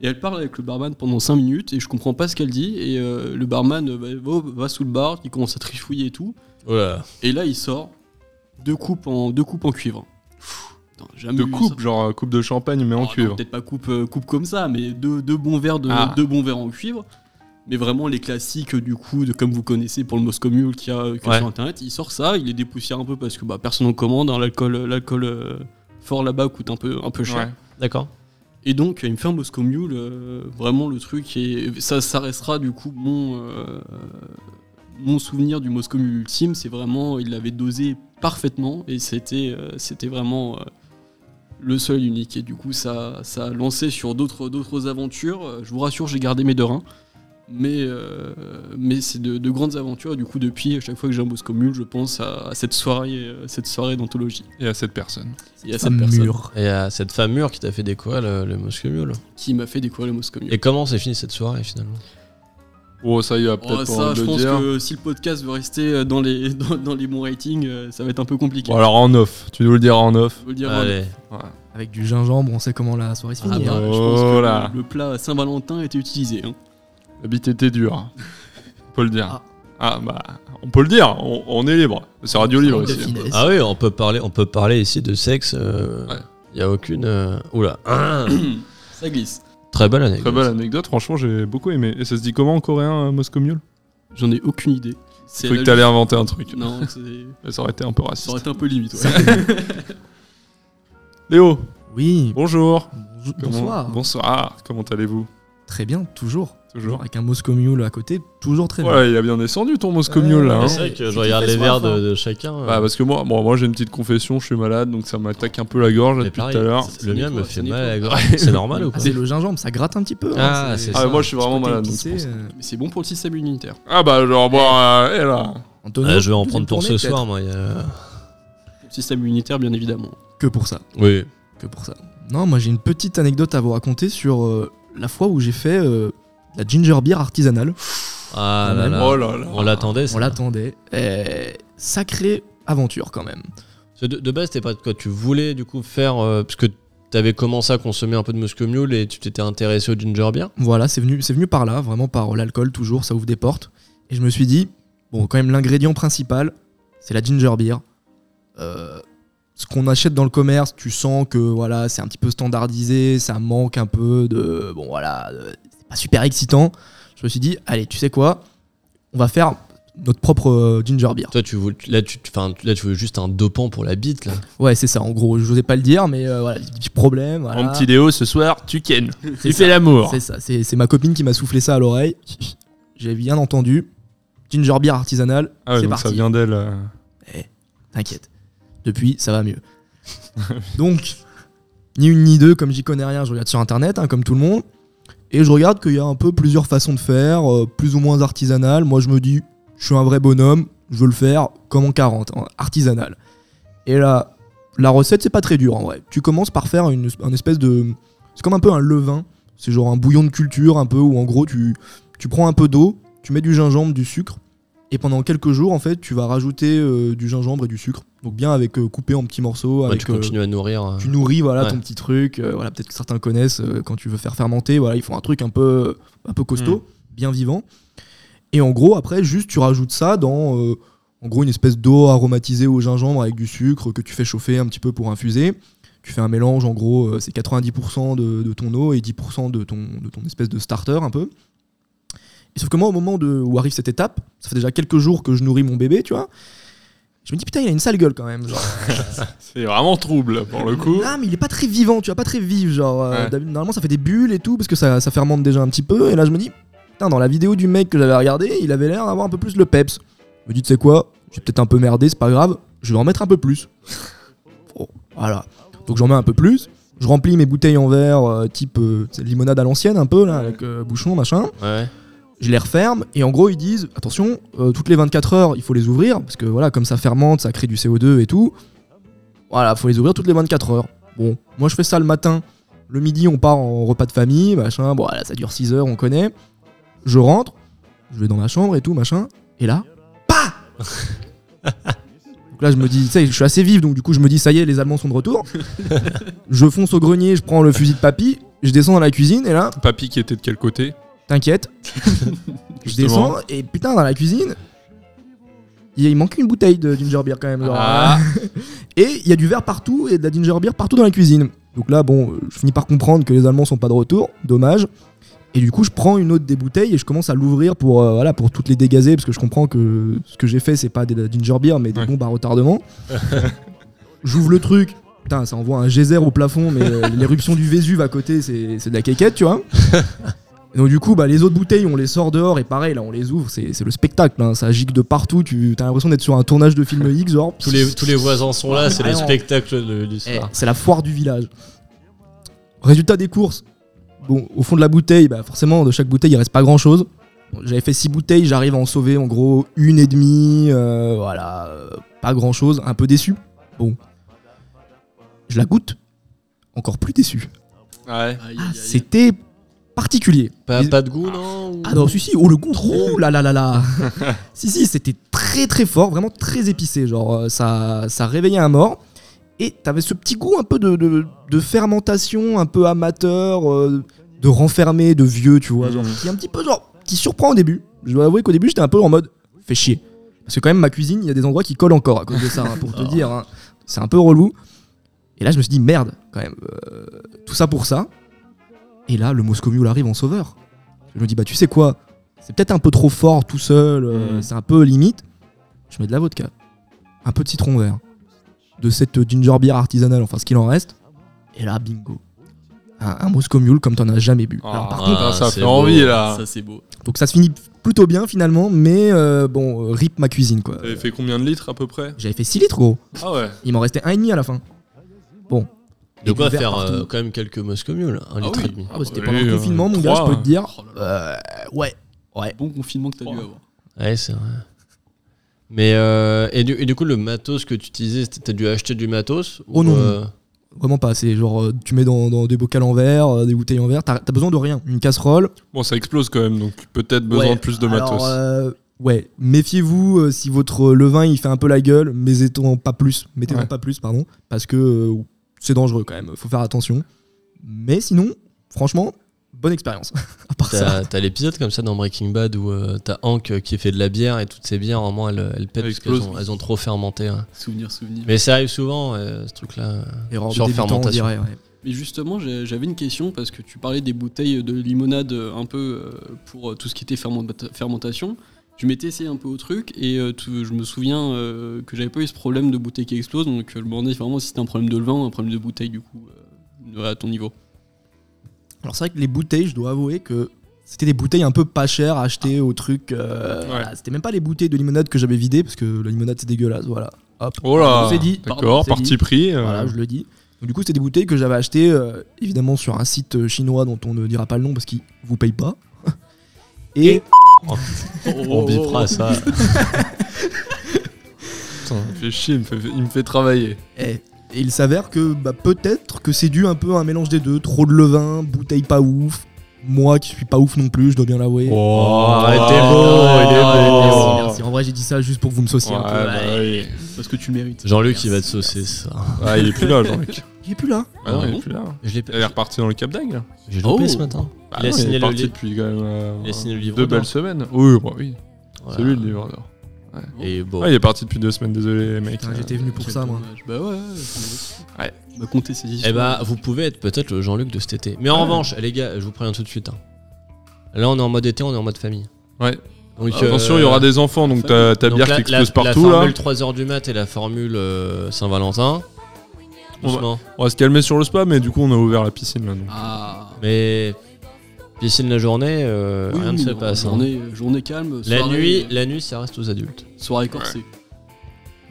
D: Et elle parle avec le barman pendant 5 minutes et je comprends pas ce qu'elle dit. Et euh, le barman euh, va, va- va sous le bar, il commence à trifouiller et tout.
C: oh là,
D: Et là il sort deux coupes en, deux coupes en cuivre. Pfff, putain, j'ai jamais
B: De
D: vu ça.
B: coupe, genre euh, coupe de champagne, mais en
D: Oh, non,
B: cuivre.
D: Peut-être pas coupe, euh, coupe comme ça, mais deux, deux bons verres de,
B: Ah.
D: deux bons verres en cuivre. Mais vraiment les classiques euh, du coup, de, comme vous connaissez pour le Moscow Mule qu'il y a, qu'il y a
C: Ouais.
D: sur internet, il sort ça, il les dépoussière un peu parce que bah, personne en commande, hein, l'alcool, l'alcool euh, fort là-bas coûte un peu, un peu cher.
B: Ouais.
C: d'accord.
D: Et donc, il me fait un Moscow Mule, euh, vraiment le truc, et ça, ça restera du coup mon, euh, mon souvenir du Moscow Mule ultime, c'est vraiment, il l'avait dosé parfaitement, et c'était euh, c'était vraiment euh, le seul unique, et du coup, ça, ça a lancé sur d'autres d'autres aventures, Euh, je vous rassure, j'ai gardé mes deux reins, mais, euh, mais c'est de, de grandes aventures, et du coup, depuis, à chaque fois que j'ai un Moscow Mule, je pense à, à cette soirée, euh, cette soirée d'anthologie,
B: Et à cette personne.
D: et à
E: Un
D: cette personne
E: mur.
C: Et à cette femme mûre qui t'a fait des quoi, le, le Moscow Mule
D: qui m'a fait découvrir le Moscow Mule.
C: Et comment s'est finie cette soirée finalement
B: Oh, ça, il va peut-être
D: Oh,
B: pas
D: ça,
B: le
D: je pense
B: dire.
D: que si le podcast veut rester euh, dans les, dans, dans les bons ratings, euh, ça va être un peu compliqué.
B: Bon, alors en off, tu dois le dire en off.
D: Je veux le dire,
C: Allez.
E: Avec du gingembre, on sait comment la soirée se
D: euh, ah
E: finit.
D: bah,
E: hein.
D: je pense que
B: Oh là.
D: le, le plat Saint-Valentin a été utilisé. hein.
B: La bite était dure. On peut le dire.
E: Ah.
B: Ah, bah, on peut le dire, on, on est libre. C'est radio libre
E: De
B: ici.
E: finesse.
C: Ah oui, on peut parler, on peut parler ici de sexe. euh, Il
B: Ouais.
C: y a aucune. euh, Oula. Ah,
D: Ça glisse.
C: très belle année.
B: Très belle anecdote, franchement, j'ai beaucoup aimé. Et ça se dit comment en coréen, euh, Moscow Mule
D: J'en ai aucune idée.
B: Je
D: C'est
B: croyais
D: la-
B: que t'allais inventer un truc.
D: Non, c'est-
B: Mais Ça aurait été un peu
D: ça
B: raciste.
D: aurait été un peu limite. ouais.
B: Léo,
E: Oui,
B: bonjour.
E: bonjour-
B: Comment-
E: bonsoir.
B: Bonsoir, comment allez-vous
E: Très bien, toujours.
B: Toujours.
E: Avec un Moscow Mule à côté, toujours très bien.
B: Voilà, il a bien descendu ton Moscow
E: Ouais,
B: Mule là.
E: ouais.
B: hein.
C: C'est vrai que
E: Tu
C: je
E: te
C: regarde
E: fais
C: les
E: soin,
C: verres de,
E: enfin.
C: de chacun. euh,
B: Bah, parce que moi, bon, moi j'ai une petite confession, je suis malade, donc ça m'attaque un peu la gorge là,
C: Mais
B: depuis
C: pareil,
B: tout à l'heure.
C: le mien
D: Nico,
C: me
D: c'est
C: fait
D: Nico.
C: mal à la gorge. C'est normal ou
E: Ah,
C: pas
E: c'est le gingembre, ça gratte un petit peu. hein,
C: Ah, c'est
B: Ah,
C: ça.
B: mais moi je suis vraiment
E: petit côté
B: malade. donc
E: épicé,
B: c'est pour ça.
E: euh,
D: C'est bon pour le système immunitaire.
B: Ah bah genre bon, euh, eh là.
E: Antonio,
C: Ah, Je vais en
E: deuxième
C: prendre pour
E: tournée,
C: ce
E: peut-être.
C: soir, moi. il y a-
D: Le système immunitaire, bien évidemment.
E: Que pour ça.
C: Oui.
E: que pour ça. Non, moi j'ai une petite anecdote à vous raconter sur euh, la fois où j'ai fait euh, la ginger beer artisanale.
C: Ah
E: Quand
C: là
E: même.
C: là.
B: Oh là là.
C: On l'attendait.
E: On
C: ça.
E: l'attendait. Et Sacrée aventure quand même.
C: Parce que De, de base, c'était pas de quoi tu voulais du coup faire. euh, parce que t'avais commencé à consommer un peu de Moscow Mule et tu t'étais intéressé au ginger beer.
E: Voilà, c'est venu, c'est venu par là, vraiment par euh, l'alcool toujours, ça ouvre des portes. Et je me suis dit, bon, quand même l'ingrédient principal, c'est la ginger beer. Euh, ce qu'on achète dans le commerce, tu sens que voilà, c'est un petit peu standardisé, ça manque un peu de, bon voilà, de- c'est pas super excitant. Je me suis dit, allez, tu sais quoi, on va faire notre propre euh, ginger beer.
C: Toi, tu voulais, là, tu, enfin, là, tu veux juste un dopant pour la bite là.
E: Ouais, c'est ça. En gros, je n'osais pas le dire, mais euh, voilà, petit problème. Voilà.
B: Mon petit Léo, ce soir, tu ken.
E: C'est
B: Tu
E: ça.
B: fais l'amour.
E: C'est ça, c'est c'est ma copine qui m'a soufflé ça à l'oreille. J'ai bien entendu. Ginger beer artisanale,
B: Ah ouais,
E: c'est
B: donc
E: parti.
B: ça vient d'elle. euh.
E: T'inquiète. Depuis, ça va mieux. Donc, ni une ni deux, comme j'y connais rien, je regarde sur internet, hein, comme tout le monde. Et je regarde qu'il y a un peu plusieurs façons de faire, euh, plus ou moins artisanales. Moi, je me dis, je suis un vrai bonhomme, je veux le faire comme en 40, hein, artisanal. Et là, la recette, c'est pas très dur en vrai. Tu commences par faire une, un espèce de. C'est comme un peu un levain. C'est genre un bouillon de culture, un peu, où en gros, tu, tu prends un peu d'eau, tu mets du gingembre, du sucre, et pendant quelques jours, en fait, tu vas rajouter euh, du gingembre et du sucre. Donc bien avec euh, coupé en petits morceaux,
C: Ouais,
E: avec
C: tu
E: euh,
C: continues à nourrir. euh.
E: tu nourris voilà
C: Ouais.
E: ton petit truc euh, voilà peut-être que certains connaissent euh, quand tu veux faire fermenter voilà il faut un truc un peu un peu costaud
C: Mm.
E: bien vivant et en gros après juste tu rajoutes ça dans euh, en gros une espèce d'eau aromatisée au gingembre avec du sucre que tu fais chauffer un petit peu pour infuser tu fais un mélange en gros euh, c'est 90% de, de ton eau et 10% de ton de ton espèce de starter un peu et sauf que moi au moment de, où arrive cette étape ça fait déjà quelques jours que je nourris mon bébé tu vois je me dis putain il a une sale gueule quand même genre.
B: C'est vraiment trouble pour le coup.
E: Ah, mais il est pas très vivant, tu vois, pas très vif. Genre, euh,
B: Ouais.
E: d'hab- normalement, ça fait des bulles et tout, parce que ça, ça fermente déjà un petit peu. Et là, je me dis, putain, dans la vidéo du mec que j'avais regardé, il avait l'air d'avoir un peu plus le peps. Je me dis, tu sais quoi, j'ai peut-être un peu merdé, c'est pas grave, je vais en mettre un peu plus. Bon, voilà. Donc, j'en mets un peu plus. Je remplis mes bouteilles en verre, euh, type euh, tu sais, limonade à l'ancienne, un peu, là, avec euh, bouchon, machin
C: Ouais.
E: je les referme et en gros ils disent attention euh, toutes les 24 heures il faut les ouvrir parce que voilà comme ça fermente ça crée du CO2 et tout voilà faut les ouvrir toutes les 24 heures bon moi je fais ça le matin le midi on part en repas de famille machin bon voilà ça dure 6 heures on connaît je rentre je vais dans ma chambre et tout machin et là pas donc là je me dis tu sais je suis assez vif donc du coup je me dis ça y est les allemands sont de retour je fonce au grenier je prends le fusil de papy je descends dans la cuisine et là
B: Papy qui était de quel côté
E: T'inquiète. je
B: Justement.
E: descends et putain, dans la cuisine, il il manque une bouteille de ginger beer quand même. genre.
B: Ah.
E: Et il y a du verre partout et de la ginger beer partout dans la cuisine. Donc là, bon, euh, je finis par comprendre que les Allemands sont pas de retour, dommage. Et du coup, je prends une autre des bouteilles et je commence à l'ouvrir pour, euh, voilà, pour toutes les dégazer parce que je comprends que ce que j'ai fait, c'est pas des de la ginger beer mais des
B: Ouais.
E: bombes à retardement. J'ouvre le truc. Putain, ça envoie un geyser au plafond, mais euh, l'éruption du Vésuve à côté, c'est c'est de la quéquette, tu vois. Et donc du coup, bah, les autres bouteilles, on les sort dehors et pareil, là, on les ouvre, c'est c'est le spectacle, hein, ça gicle de partout, tu as l'impression d'être sur un tournage de film X, genre.
C: Tous les, tous les voisins sont là, c'est le
E: Vraiment.
C: spectacle de
E: Eh,
C: l'histoire.
E: C'est la foire du village. Résultat des courses. Bon, au fond de la bouteille, bah forcément, de chaque bouteille, il reste pas grand chose. J'avais fait six bouteilles, j'arrive à en sauver en gros une et demie. euh, voilà, euh, pas grand chose, un peu déçu. Bon, je la goûte, encore plus déçu.
B: Ouais.
D: Aïe, aïe,
E: Ah,
D: aïe.
E: c'était particulier.
C: Pas,
E: Ils-
C: pas de goût, non
E: Ah non, si, si, oh le goût, oh là là là là Si, si, c'était très très fort, vraiment très épicé, genre euh, ça, ça réveillait un mort. Et t'avais ce petit goût un peu de, de- de fermentation, un peu amateur, euh, de renfermé, de vieux, tu vois, genre,
A: Mhm.
E: qui est un petit peu genre, qui surprend au début. Je dois avouer qu'au début j'étais un peu en mode, fais chier. Parce que quand même ma cuisine, il y a des endroits qui collent encore à cause de ça, hein, pour te dire, hein. c'est un peu relou. Et là je me suis dit, merde, quand même, euh, tout ça pour ça. Et là, le Moscomule arrive en sauveur. Je me dis, bah tu sais quoi, c'est peut-être un peu trop fort tout seul, euh,
A: Mm.
E: c'est un peu limite. Je mets de la vodka, un peu de citron vert, de cette ginger beer artisanale, enfin ce qu'il en reste. Et là, bingo. Un, un Moscomule comme t'en as jamais bu. Alors, par
B: Ah,
E: contre,
B: ça
C: c'est
B: fait
C: beau.
B: envie là.
D: Ça, c'est beau.
E: donc ça se finit plutôt bien finalement, mais euh, bon, euh, rip ma cuisine quoi.
B: T'avais fait combien de litres à peu près
E: J'avais fait 6 litres gros,
B: Ah ouais.
E: il m'en restait un et demi à la fin. Bon.
C: De
E: Et
C: quoi
E: du verre
C: faire
E: partout.
C: euh, quand même quelques muscomules, un
D: Ah
C: litre
D: oui.
C: et demi.
E: Ah ouais, C'était
B: oui,
E: pendant le
B: euh,
E: confinement, mon gars,
B: trois, hein.
E: je peux te dire.
D: Oh là là,
E: Euh, ouais.
D: Bon confinement que t'as dû avoir.
C: Ouais, c'est vrai. Mais euh, et, du, et du coup, le matos que tu utilisais, c'était- t'as dû acheter du matos ou,
E: Oh non.
C: euh,
E: Vraiment pas, c'est genre euh, tu mets dans, dans des bocaux en verre, euh, des bouteilles en verre, t'as t'as besoin de rien. Une casserole.
B: Bon, ça explose quand même, donc peut-être besoin
E: Ouais,
B: de plus de
E: alors,
B: matos.
E: euh, ouais, méfiez-vous euh, si votre levain il fait un peu la gueule, mais étant pas plus, mettez-en
B: Ouais.
E: pas plus, pardon, parce que euh, c'est dangereux quand même, faut faire attention. Mais sinon, franchement, bonne expérience. à part ça.
C: T'as t'as l'épisode comme ça dans Breaking Bad où euh, t'as Hank euh, qui fait de la bière et toutes ces bières, en moins, elles, elles pètent
B: Elles
C: parce qu'elles
B: explosent.
C: ont, elles ont trop fermenté. hein.
D: Souvenir, souvenir.
C: Mais ça arrive souvent, euh, ce truc-là.
E: Erreur de
C: Sur
E: débutant, on
C: fermentation.
E: dirait, ouais.
D: Mais justement, j'ai- j'avais une question parce que tu parlais des bouteilles de limonade euh, un peu euh, pour euh, tout ce qui était fermenta- fermentation. Je m'étais essayé un peu au truc et euh, tout- je me souviens euh, que j'avais pas eu ce problème de bouteille qui explose, donc euh, je me demandais vraiment si c'était un problème de levain ou un problème de bouteille du coup euh, à ton niveau.
E: Alors c'est vrai que les bouteilles, je dois avouer que c'était des bouteilles un peu pas chères achetées au truc. euh,
B: Ouais.
E: voilà, C'était même pas les bouteilles de limonade que j'avais vidées parce que la limonade c'est dégueulasse, voilà. Hop.
B: oh là
E: on s'est dit, pardon, on
B: D'accord,
E: s'est
B: parti
E: dit.
B: pris. euh,
E: Voilà, je le dis. Donc, du coup, c'était des bouteilles que j'avais achetées euh, évidemment sur un site euh, chinois dont on ne dira pas le nom parce qu'il vous paye pas. Et,
B: Oh.
C: On bipera ça.
B: putain, il me fait chier, il me fait, il me fait travailler.
E: eh, et- et il s'avère que bah, peut-être que c'est dû un peu à un mélange des deux, trop de levain, bouteille pas ouf. Moi qui suis pas ouf non plus, je dois bien
B: Oh.
E: l'avouer.
C: Oh, arrêtez
E: Merci,
B: beau,
E: merci. En vrai, j'ai dit ça juste pour que vous me sauciez
B: Ouais,
E: un peu.
B: bah oui.
D: Parce que tu le mérites.
C: Jean-Luc, il va te saucer ça.
B: Ah, il est plus là, Jean-Luc.
E: Il est plus là.
B: Ah non,
C: Ah
B: il
C: bon
B: est plus là.
C: Je l'ai
B: Il est reparti dans le Cap d'Agde.
C: je l'ai
D: Oh.
C: loupé ce matin.
B: Bah
C: Il a
B: non,
C: signé
B: est
C: le
B: parti
C: livre.
B: depuis quand même euh,
C: Il a signé le livre.
B: deux belles semaines. Oui, bah oui.
C: Voilà.
B: C'est lui le livre d'or.
C: Et bon.
B: Ouais, il est parti depuis deux semaines, désolé, mec.
E: Putain, J'étais venu pour
D: Quel
E: ça, moi.
D: dommage. Bah ouais.
B: Ouais.
D: Bah compter ces histoires.
C: Eh bah, vous pouvez être peut-être le Jean-Luc de cet été. Mais en revanche, les gars, je vous préviens tout de suite. hein. Là, on est en mode été, on est en mode famille.
B: Ouais.
C: Donc,
B: Euh, Attention, il y aura des enfants, donc ta, ta
C: Donc
B: bière
C: la-
B: qui explose
C: la-
B: partout
C: La
B: là.
C: formule 3h du mat et la formule euh, Saint-Valentin.
B: On va-
C: Doucement.
B: On va se calmer sur le spa, mais du coup, on a ouvert la piscine là. donc.
D: Ah.
C: Mais piscine la journée, euh,
D: Oui,
C: rien ne
D: oui,
C: se
D: non,
C: passe. hein.
D: Journée, journée calme.
C: La
D: soirée-
C: nuit, la nuit, ça reste aux adultes.
D: Soirée corsée.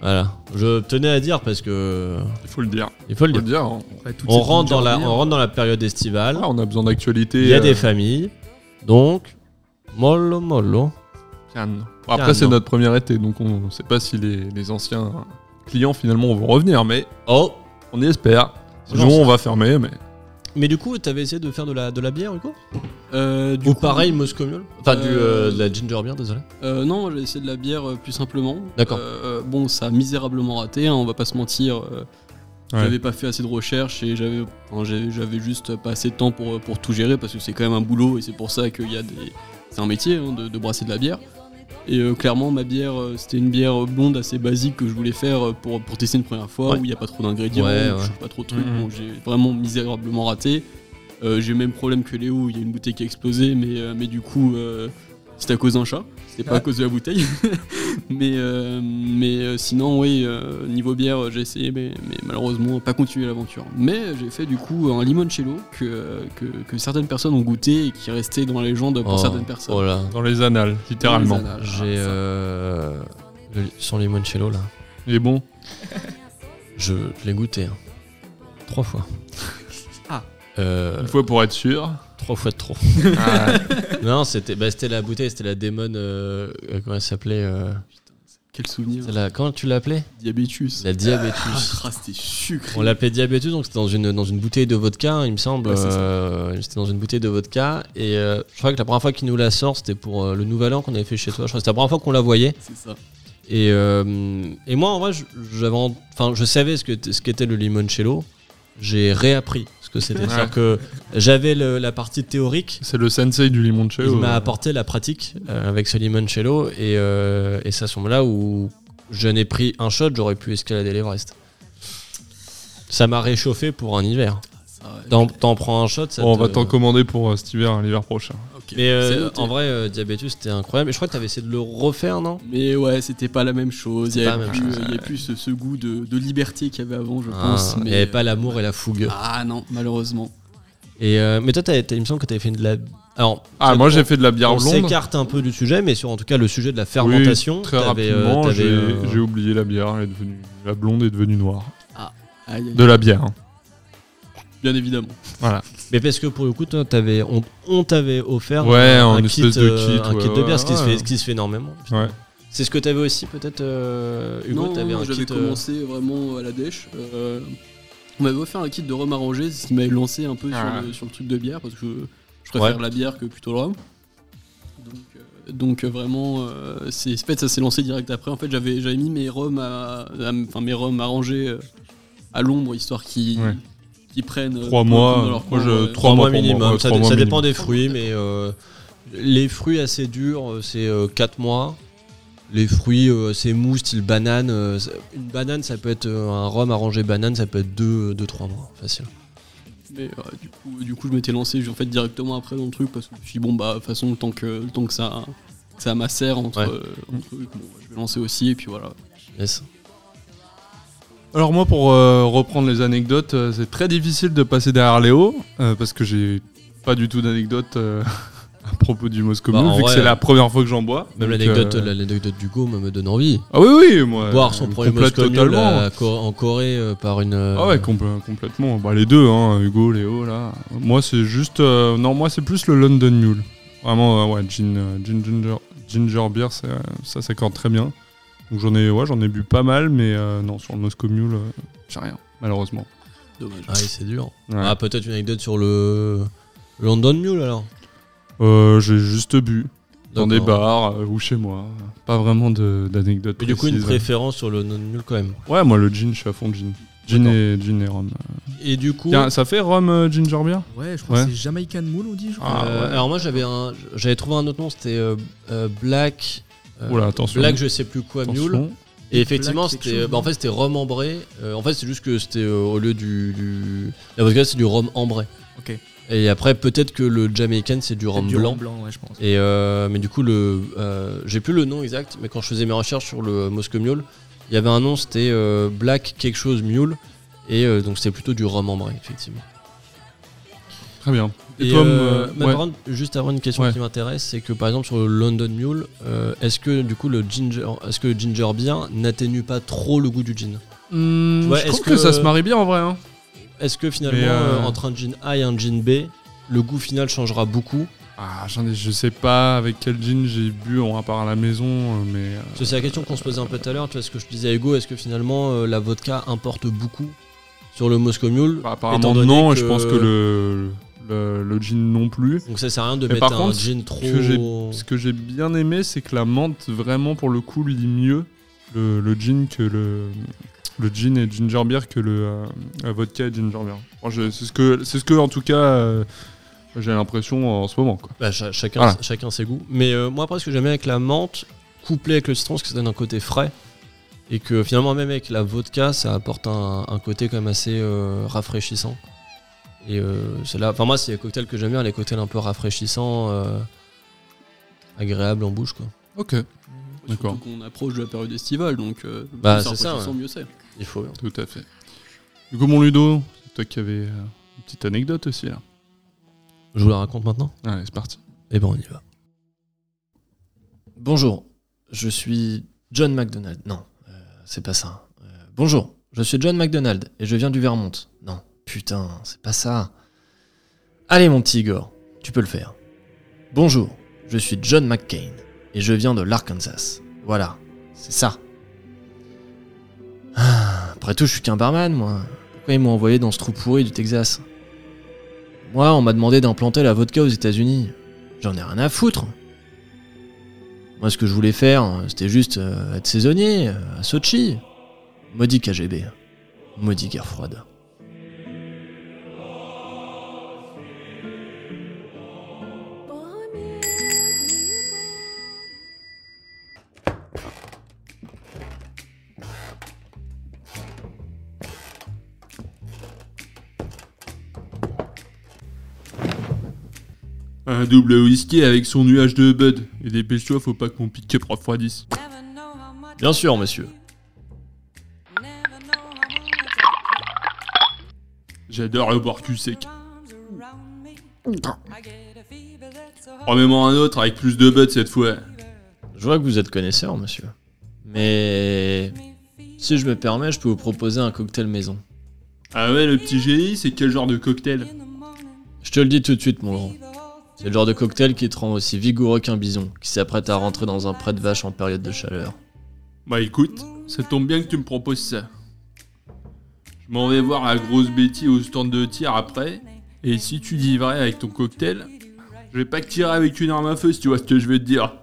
C: Voilà. Je tenais à dire parce que
B: Ah, Il faut le dire.
C: il faut le
B: Il faut le dire.
C: dire.
B: hein.
E: Après, toute
C: On
E: cette
C: rentre dans
E: ginger
C: la,
E: beer.
C: on rentre dans la période estivale.
B: Voilà, on a besoin d'actualité.
C: Il y a des
B: euh,
C: familles, donc mollo mollo.
B: Tiens. Après, c'est
C: non.
B: notre premier été, donc on ne sait pas si les, les anciens clients finalement vont revenir, mais
C: Oh.
B: on y espère. Sinon,
C: Lance.
B: on va fermer, mais
C: Mais du coup, t'avais essayé de faire de la, de la bière, Hugo
D: Euh, du
C: Ou
D: coup-
C: pareil, Moscomiole Enfin, du, euh,
D: Euh,
C: de la ginger beer, désolé.
D: Euh, non, moi, j'ai essayé de la bière euh, plus simplement.
C: D'accord.
D: Euh, euh, bon, ça a misérablement raté, hein, on va pas se mentir. euh,
B: Ouais.
D: J'avais pas fait assez de recherches et j'avais enfin, j'ai- j'avais juste pas assez de temps pour, euh, pour tout gérer parce que c'est quand même un boulot et c'est pour ça qu'il y a des. C'est un métier hein, de, de brasser de la bière. Et euh, clairement, ma bière, euh, c'était une bière blonde assez basique que je voulais faire euh, pour, pour tester une première fois
C: Ouais.
D: où il n'y a pas trop d'ingrédients,
C: Ouais,
D: où
C: ouais.
D: je trouve pas trop de trucs.
B: Mhm.
D: Bon, j'ai vraiment misérablement raté. Euh, j'ai le même problème que Léo, où il y a une bouteille qui a explosé, mais, euh, mais du coup, euh, c'est à cause d'un chat, c'était
C: Ah.
D: pas à cause de la bouteille. mais euh, mais euh, sinon, oui, euh, niveau bière, euh, j'ai essayé, mais, mais malheureusement, pas continué l'aventure. Mais j'ai fait du coup un limoncello que, euh, que, que certaines personnes ont goûté et qui restait dans la légende pour
C: Oh,
D: certaines personnes.
C: Voilà.
B: dans les annales, littéralement.
D: Dans les annales.
C: J'ai euh, le- son limoncello là.
B: Il est bon.
C: Je, je l'ai goûté hein. trois fois.
E: Ah.
C: Euh,
B: Une fois pour être sûr.
C: trois fois de trop.
B: Ah,
C: non, c'était bah, c'était la bouteille, c'était la démon. euh, euh, comment elle s'appelait euh,
D: Quel souvenir.
C: C'est la- Comment tu l'appelais
D: Diabétus.
C: La
D: Ah,
C: diabétus.
D: ah, c'était sucré.
C: On l'appelait diabétus, donc c'était dans une, dans une bouteille de vodka, hein, il me semble.
D: Ouais, c'est ça.
C: Euh, c'était dans une bouteille de vodka. Et euh, je crois que la première fois qu'il nous la sort, c'était pour euh, le nouvel an qu'on avait fait chez toi. Je crois que c'était la première fois qu'on la voyait.
D: C'est ça.
C: Et, euh, et moi, en vrai, je- j'avais, en- enfin, je savais ce, que, ce qu'était le limoncello. J'ai réappris ce que c'était.
B: Ouais.
C: C'est-à-dire que j'avais le- la partie théorique.
B: C'est le sensei du limoncello.
C: Il m'a apporté la pratique euh, avec ce limoncello. Et, euh, et c'est à ce moment-là où je n'ai pris un shot, j'aurais pu escalader l'Everest. Ça m'a réchauffé pour un hiver.
D: Ça, ouais.
C: T'en, t'en prends un shot, ça
B: Bon, on
C: te-
B: va t'en commander pour euh, cet hiver, hein, l'hiver prochain.
D: Ok.
C: Mais euh,
D: C'est noté.
C: en vrai, euh, Diabetus, c'était incroyable. Et je crois que t'avais essayé de le refaire, non
D: Mais ouais, c'était pas la même chose. Il y
C: C'était
D: avait
C: pas la
D: plus,
C: même
D: euh, il y avait plus ce, ce goût de, de liberté qu'il y avait avant, je
C: Ah,
D: pense.
C: Il n'y
D: mais
C: avait pas l'amour et la fougue.
D: Ah non, malheureusement.
C: Et euh, mais toi, t'as- t'as- il me semble que tu avais fait de la. Alors,
B: Ah, moi j'ai fait de la bière
C: on
B: blonde.
C: s'écarte un peu du sujet, mais sur en tout cas le sujet de la
B: Oui,
C: fermentation.
B: très
C: t'avais, euh,
B: rapidement,
C: t'avais,
B: j'ai
C: euh,
B: j'ai oublié la bière. Elle est devenue, la blonde est devenue noire.
D: Aïe, aïe,
B: De la bière. hein.
D: Bien évidemment.
C: Mais parce que pour le coup, toi, t'avais- on, on t'avait offert
B: Ouais,
C: un,
B: un
C: kit,
B: espèce de
C: euh,
B: kit,
C: un
B: ouais,
C: kit de bière, ce, qui se
B: ouais.
C: fait, ce qui se fait énormément.
B: Ouais.
C: C'est ce que t'avais aussi peut-être, euh, Hugo.
D: non,
C: t'avais un
D: j'avais
C: kit, euh,
D: commencé vraiment à la dèche. Euh, on m'avait offert un kit de rhum arrangé, ce qui m'avait lancé un peu
B: Ah.
D: sur, le, sur le truc de bière, parce que je préfère
C: Ouais.
D: la bière que plutôt le rhum. Donc, euh, donc, euh, vraiment, euh, c'est, en fait, ça s'est lancé direct après. En fait, j'avais, j'avais mis mes rhums, à, à- enfin mes rhums arrangés euh, à l'ombre, histoire qu'ils,
B: Ouais.
D: qu'ils prennent euh,
B: Trois
D: peu
B: mois,
D: comme dans leur
B: euh,
D: coin,
B: moi, je-
D: euh,
B: trois
C: trois mois
B: mois pour moi,
C: minimum.
B: ouais,
C: ça
B: trois
C: dé-
B: mois
C: ça dépend
B: minimum.
C: des fruits, mais euh, les fruits assez durs, euh, c'est 4 mois. Les fruits euh, assez mous, style banane. euh, ça- une banane, ça peut être euh, un rhum arrangé banane, ça peut être 2-3 mois, facile.
D: Mais euh, du, coup, du coup, je m'étais lancé en fait, directement après dans le truc parce que je me suis dit, bon, bah, de toute façon, tant que, tant que ça, que ça macère entre,
C: Ouais.
D: euh, entre eux, bon, je vais lancer aussi. Et puis voilà.
C: Yes.
B: Alors moi pour euh, reprendre les anecdotes, euh, c'est très difficile de passer derrière Léo euh, parce que j'ai pas du tout d'anecdotes euh, à propos du Moscow
C: Bah,
B: Mule,
C: en
B: vu
C: vrai,
B: que c'est
C: euh,
B: la première fois que j'en bois.
C: Même
B: Donc,
C: l'anecdote
B: euh,
C: l'anecdote d'Hugo me, me donne envie.
B: Ah oui oui moi.
C: Boire son
B: euh,
C: premier
B: complète
C: Moscow Mule
B: totalement.
C: à Co- en Corée euh, par une. euh,
B: Ah ouais compl- complètement. Bah les deux hein, Hugo, Léo là. Moi c'est juste euh, non moi c'est plus le London Mule. Vraiment euh, ouais gin, euh, gin- ginger ginger beer c'est, euh, ça s'accorde très bien. Donc j'en ai ouais j'en ai bu pas mal mais euh, non sur le Moscow Mule euh, j'ai rien malheureusement.
D: Dommage.
C: Ah oui, c'est dur.
B: Ouais.
C: Ah, peut-être une anecdote sur le London Mule alors.
B: Euh, j'ai juste bu. dans des
C: D'accord.
B: bars euh, ou chez moi. Pas vraiment de- d'anecdotes.
C: Mais du coup, une
B: précises.
C: préférence sur le London Mule quand même.
B: Ouais, moi le gin, je suis à fond gin. Gin
C: D'accord.
B: et, gin et rhum.
C: Et du coup.
B: Tiens, ça fait rhum euh, ginger beer
E: Ouais, je crois
B: Ouais.
E: que c'est Jamaican Moon, on dit, je crois.
B: Ah,
C: Euh,
B: ouais.
C: Alors moi j'avais un, j'avais trouvé un autre nom, c'était euh, euh, Black. euh,
B: Oula, attention.
C: Black, je sais plus quoi, Mule.
B: Attention.
C: Et effectivement,
E: Black quelque
C: c'était,
E: chose,
C: bah, en fait, c'était rhum ambré. Euh, en fait, c'est juste que c'était euh, au lieu du, du- la vodka, c'est du rhum ambré.
E: Ok.
C: Et après, peut-être que le Jamaican, c'est du
E: Peut-être
C: rhum
E: du
C: blanc.
E: blanc, ouais, je pense.
C: Et euh, mais du coup, le, euh, j'ai plus le nom exact, mais quand je faisais mes recherches sur le Moscow Mule, il y avait un nom, c'était euh, Black quelque chose Mule. Et euh, donc, c'était plutôt du rhum ambré, effectivement.
B: Très bien. Et,
C: Et
B: toi,
C: euh,
B: euh,
C: mais
B: ouais.
C: par contre, juste avant une question
B: Ouais.
C: qui m'intéresse, c'est que par exemple sur le London Mule, euh, est-ce que du coup le ginger, est-ce que le ginger beer n'atténue pas trop le goût du gin
B: Hmm,
C: Ouais,
B: je
C: est-ce
B: trouve que,
C: que-
B: ça se marie bien en vrai. hein.
C: Est-ce que finalement
B: Mais, euh,
C: euh, entre un gin A et un gin B, le goût final changera beaucoup
B: Ah, j'en ai, je sais pas avec quel gin j'ai bu en- à part à la maison, euh, mais. euh,
C: Parce que C'est la question qu'on se posait un peu tout à l'heure. Tu vois ce que je disais à Hugo, est-ce que finalement euh, la vodka importe beaucoup sur le Moscow Mule
B: bah,
C: Étant
B: apparemment
C: donné
B: non, et
C: que-
B: je pense que le, le, le gin non plus.
C: Donc ça sert à rien de
B: Mais
C: mettre
B: par
C: un
B: contre,
C: gin trop.
B: que j'ai- Ce que j'ai bien aimé, c'est que la menthe, vraiment, pour le coup, lit mieux le, le gin que le. Le gin et ginger beer que le euh, la vodka et ginger beer. Enfin, je- c'est ce que, c'est ce que en tout cas, euh, j'ai l'impression en ce moment. Quoi.
C: Bah, cha- chacun,
B: Voilà.
C: chacun ses goûts. Mais euh, moi, après, ce que j'aime bien avec la menthe, couplé avec le citron, parce que ça donne un côté frais. Et que finalement, même avec la vodka, ça apporte un, un côté quand même assez euh, rafraîchissant. Et euh, c'est là. Enfin, moi, c'est les cocktails que j'aime bien, les cocktails un peu rafraîchissants, euh, agréables en bouche, quoi.
B: Ok. D'accord.
D: Surtout qu'on approche de la période estivale, donc euh, plus
C: Bah,
D: ça
C: c'est ça,
D: rafraîchissant,
C: ouais.
D: mieux c'est.
C: Il faut bien.
B: Tout à fait. Du coup, mon Ludo, c'est toi qui avais euh, une petite anecdote aussi hein. là.
C: Je vous la raconte maintenant
B: Allez, c'est parti.
C: Eh ben, on y va.
A: Bonjour, je suis John McDonald. Non, euh, c'est pas ça. Euh, bonjour, je suis John McDonald et je viens du Vermont. Non, putain, c'est pas ça. Allez mon petit Igor, tu peux le faire. Bonjour, je suis John McCain et je viens de l'Arkansas. Voilà, c'est ça, Ah,
C: Après tout, je suis qu'un barman, moi. Pourquoi ils m'ont envoyé dans ce trou pourri du Texas Moi, on m'a demandé d'implanter la vodka aux États-Unis. J'en ai rien à foutre. Moi, ce que je voulais faire, c'était juste euh, être saisonnier euh, à Sochi. Maudit KGB. Maudit guerre froide.
B: Un double whisky avec son nuage de Bud. Et dépêche-toi, faut pas que mon pick-up refroidisse.
F: Bien sûr, monsieur.
B: J'adore le boire cul sec. Remets-moi Oh, un autre avec plus de Bud cette fois.
C: Je vois que vous êtes connaisseur, monsieur. Mais. Si je me permets, je peux vous proposer un cocktail maison.
B: Ah ouais, le petit génie, c'est quel genre de cocktail
C: Je te le dis tout de suite, mon grand. C'est le genre de cocktail qui te rend aussi vigoureux qu'un bison, qui s'apprête à rentrer dans un pré de vache en période de chaleur.
B: Bah écoute, ça tombe bien que tu me proposes ça. Je m'en vais voir la grosse Betty au stand de tir après. Et si tu dis vrai avec ton cocktail, je vais pas te tirer avec une arme à feu si tu vois ce que je veux te dire.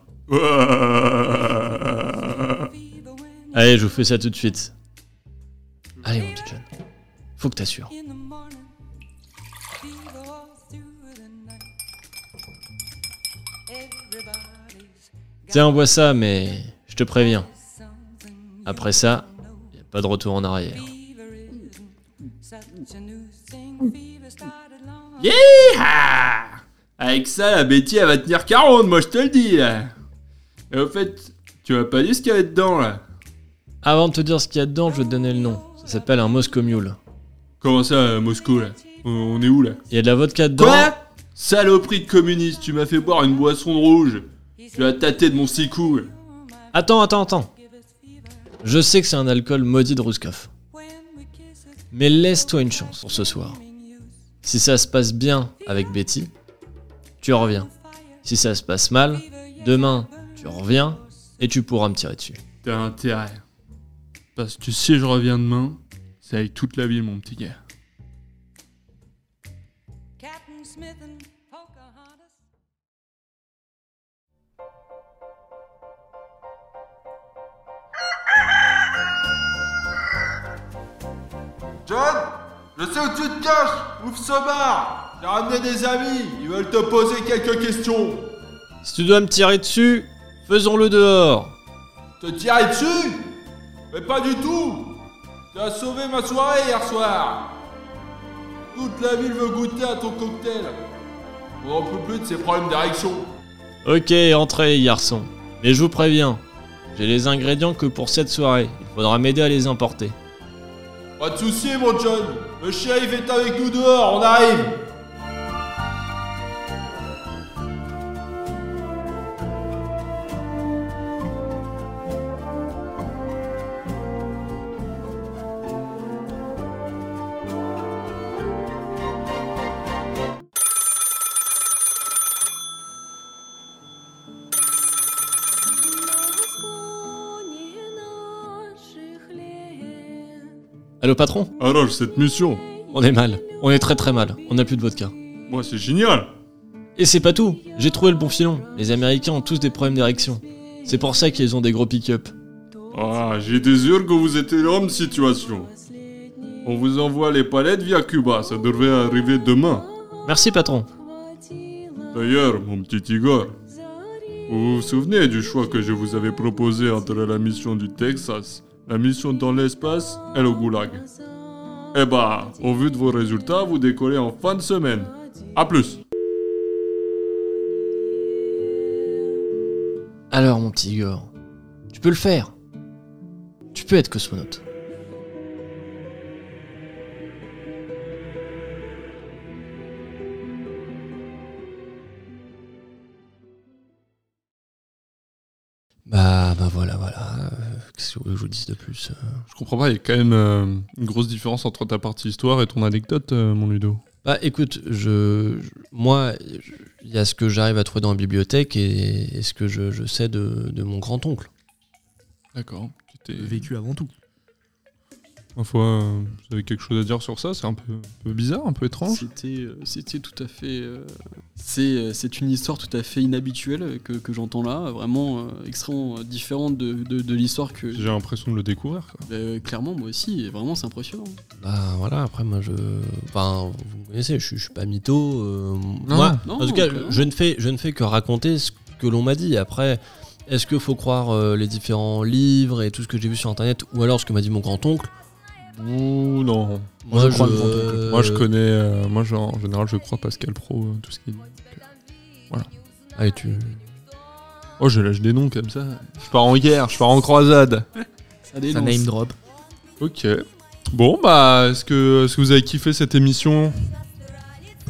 C: Allez, je vous fais ça tout de suite. Allez, mon petit John. Faut que t'assures. Tiens, on boit ça, mais je te préviens. Après ça, y a pas de retour en arrière.
B: Ah Avec ça, la Betty, elle va tenir 40, moi je te le dis là. Et au fait, tu m'as pas dit ce qu'il y avait dedans là.
C: Avant de te dire ce qu'il y a dedans, je vais te donner le nom. Ça s'appelle un Moscow Mule.
B: Comment ça, euh, Moscou là on, on est où là
C: Il y a de la vodka dedans.
B: Quoi Saloperie de communiste, tu m'as fait boire une boisson de rouge. Tu as tâté de mon sicou. là.
C: attends, attends, attends. Je sais que c'est un alcool maudit de Ruskov. Mais laisse-toi une chance pour ce soir. Si ça se passe bien avec Betty, tu reviens. Si ça se passe mal, demain, tu reviens et tu pourras me tirer dessus.
B: T'as intérêt. Parce que si je reviens demain, c'est avec toute la ville, mon petit gars.
A: Captain Smith and Pocahontas.
B: John Je sais où tu te caches Ouvre ce bar J'ai ramené des amis, ils veulent te poser quelques questions.
C: Si tu dois me tirer dessus, faisons-le dehors.
B: Te tirer dessus Mais pas du tout Tu as sauvé ma soirée hier soir Toute la ville veut goûter à ton cocktail On n'en peut plus de ces problèmes d'érection
C: Ok, entrez, garçon. Mais je vous préviens, j'ai les ingrédients que pour cette soirée. Il faudra m'aider à les importer.
B: Pas de soucis mon John Le shérif est avec nous dehors, on arrive
C: Allô, patron
B: Alors cette mission,
C: On est mal. On est très très mal. On n'a plus de vodka.
B: moi c'est génial
C: Et c'est pas tout. J'ai trouvé le bon filon. Les Américains ont tous des problèmes d'érection. C'est pour ça qu'ils ont des gros pick-up.
B: Ah, j'étais sûr que vous étiez dans la même situation. On vous envoie les palettes via Cuba, ça devrait arriver demain.
C: Merci, patron.
B: D'ailleurs, mon petit Igor, vous vous souvenez du choix que je vous avais proposé entre la mission du Texas, la mission dans l'espace et le goulag Eh bah, au vu de vos résultats, vous décollez en fin de semaine. A plus
C: Alors, mon petit Igor, tu peux le faire. Tu peux être cosmonaute.
F: Bah, bah voilà, voilà. Euh, Qu'est-ce que vous voulez que je vous dise de plus euh
B: Je comprends pas, il y a quand même euh, une grosse différence entre ta partie histoire et ton anecdote, euh, mon Ludo.
F: Bah écoute, je, je- moi, je- il y a ce que j'arrive à trouver dans la bibliothèque et, et ce que je, je sais de, de mon grand-oncle.
E: Ah.
B: D'accord.
E: Vécu avant tout.
B: Ma foi, euh, vous avez quelque chose à dire sur ça C'est un peu, un peu bizarre, un peu étrange.
D: C'était, euh, c'était tout à fait. euh, c'est, euh, c'est une histoire tout à fait inhabituelle euh, que, que j'entends là, vraiment euh, extrêmement euh, différente de, de- de l'histoire que.
B: J'ai l'impression de le découvrir. Quoi.
D: Euh, clairement, moi aussi, et vraiment, c'est impressionnant.
C: Bah voilà, après moi je. Enfin, vous me connaissez, je, suis- je suis pas mytho. euh,
A: Non,
C: moi,
D: non. euh,
C: en tout cas,
D: Non, non.
C: je ne, fais, je ne fais que raconter ce que l'on m'a dit. Après, est-ce qu'il faut croire euh, les différents livres et tout ce que j'ai vu sur internet ou alors ce que m'a dit mon grand-oncle
B: Ouh, non.
C: Moi,
B: je
C: je-
B: crois le grand-oncle.
C: euh,
B: Moi, je connais. euh, moi, je- en général, je crois Pascal Pro, euh, tout ce qu'il dit.
C: Allez, tu.
B: Oh, je lâche des noms comme ça. Je pars en guerre, je pars en croisade.
D: euh, Ça dénonce.
E: Ça name drop.
B: Ok. Bon, bah, est-ce que, est-ce que vous avez kiffé cette émission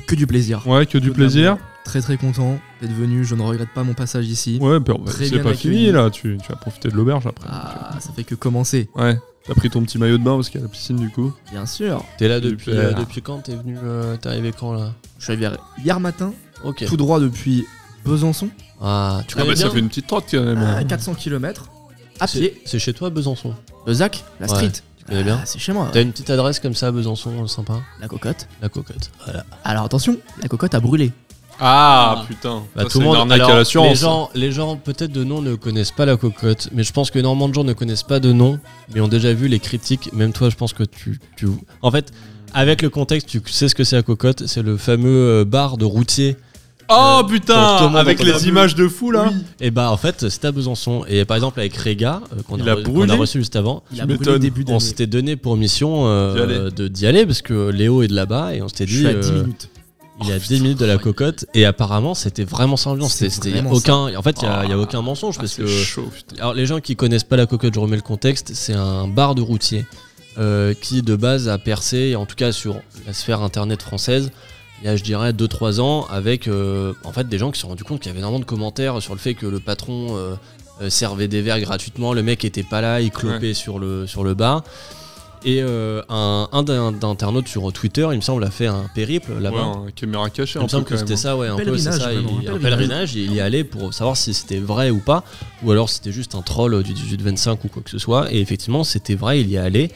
E: Que du plaisir.
B: Ouais, que du
E: Que de l'amour.
B: plaisir.
E: Très très content d'être venu. Je ne regrette pas mon passage ici.
B: Ouais, puis, bah,
E: Très
B: c'est
E: bien
B: pas
E: accueilli.
B: fini là. Tu, tu vas profiter de l'auberge après.
E: Ah, ça fait que commencer.
B: Ouais. Ah, T'as pris ton petit maillot de bain parce qu'il y a la piscine du coup.
E: Bien sûr.
C: T'es là
B: Depuis,
C: depuis,
B: euh,
C: euh, depuis quand T'es venu. euh, T'es arrivé quand là
E: Je suis arrivé hier matin,
C: Ok.
E: tout droit depuis Besançon, euh,
C: Ah, tu
B: Ah,
C: connais
B: bah, ça
C: bien
B: fait une petite trotte quand même.
E: à 400 km, à
C: Ah. C'est
E: pied.
C: c'est chez toi, Besançon.
E: Bezac, la
C: Ouais.
E: street.
C: Tu connais bien
E: Ah, c'est chez moi,
C: Euh, T'as une petite adresse comme ça à Besançon, euh, sympa
E: la cocotte.
C: La cocotte. Voilà.
E: Alors attention, la cocotte a brûlé.
B: Ah,
D: Ah.
B: putain. Ça,
C: Bah, tout
B: c'est
C: le
B: une
C: monde.
B: arnaque
C: alors,
B: à l'assurance. hein.
C: Les gens, les gens peut-être de nom ne connaissent pas la cocotte, mais je pense que énormément de gens ne connaissent pas de nom, mais ont déjà vu les critiques. Même toi, je pense que tu, tu- En fait, avec le contexte, tu sais ce que c'est la cocotte. C'est le fameux euh, bar de routier.
B: Oh
C: Euh, pour tout le
B: putain
C: monde,
B: Avec
C: on
B: les
C: peut pas-
B: images de fou là
C: Et bah, en fait, c'est à Besançon. Et par exemple, avec Réga, euh, qu'on
B: Il a
C: a, re-
B: brûlé.
C: qu'on a reçu juste avant,
E: Il
B: Tu
E: a brûlé
B: m'étonnes.
E: début
C: on
E: d'année.
C: s'était donné pour mission euh,
B: D'y aller.
C: de d'y aller parce que Léo est de là-bas et on s'était
E: Je
C: dit.
E: suis à
C: euh,
E: 10 minutes.
C: Il est à 10 minutes de la cocotte et apparemment c'était vraiment sans ambiance.
E: C'est
C: C'était- c'était- y a
E: vraiment
C: aucun, en fait, il n'y a, y a aucun mensonge
D: ah,
C: parce que.
B: chaud putain.
C: Alors les gens qui connaissent pas la cocotte, je remets le contexte, c'est un bar de routier euh, qui de base a percé, en tout cas sur la sphère internet française, il y a je dirais 2-3 ans avec euh, en fait des gens qui se sont rendus compte qu'il y avait énormément de commentaires sur le fait que le patron euh, euh, servait des verres gratuitement, le mec était pas là, il clopait sur, le, sur le bar. Et euh, un, un d'in- d'internautes sur Twitter, il me semble, a fait un périple
B: Ouais,
C: là-bas.
B: un caméra cachée
C: Il
B: un
C: me
B: peu
C: semble
B: quand
C: que c'était
B: même. hein.
C: ça, ouais, un peu, c'est
E: Pèlerinage,
C: ça.
E: vraiment,
C: il-
E: un
C: un
E: pèlerinage.
C: pèlerinage, il y allait pour savoir si c'était vrai ou pas, ou alors c'était juste un troll du 18-25 ou quoi que ce soit. Et effectivement, c'était vrai, il y allait.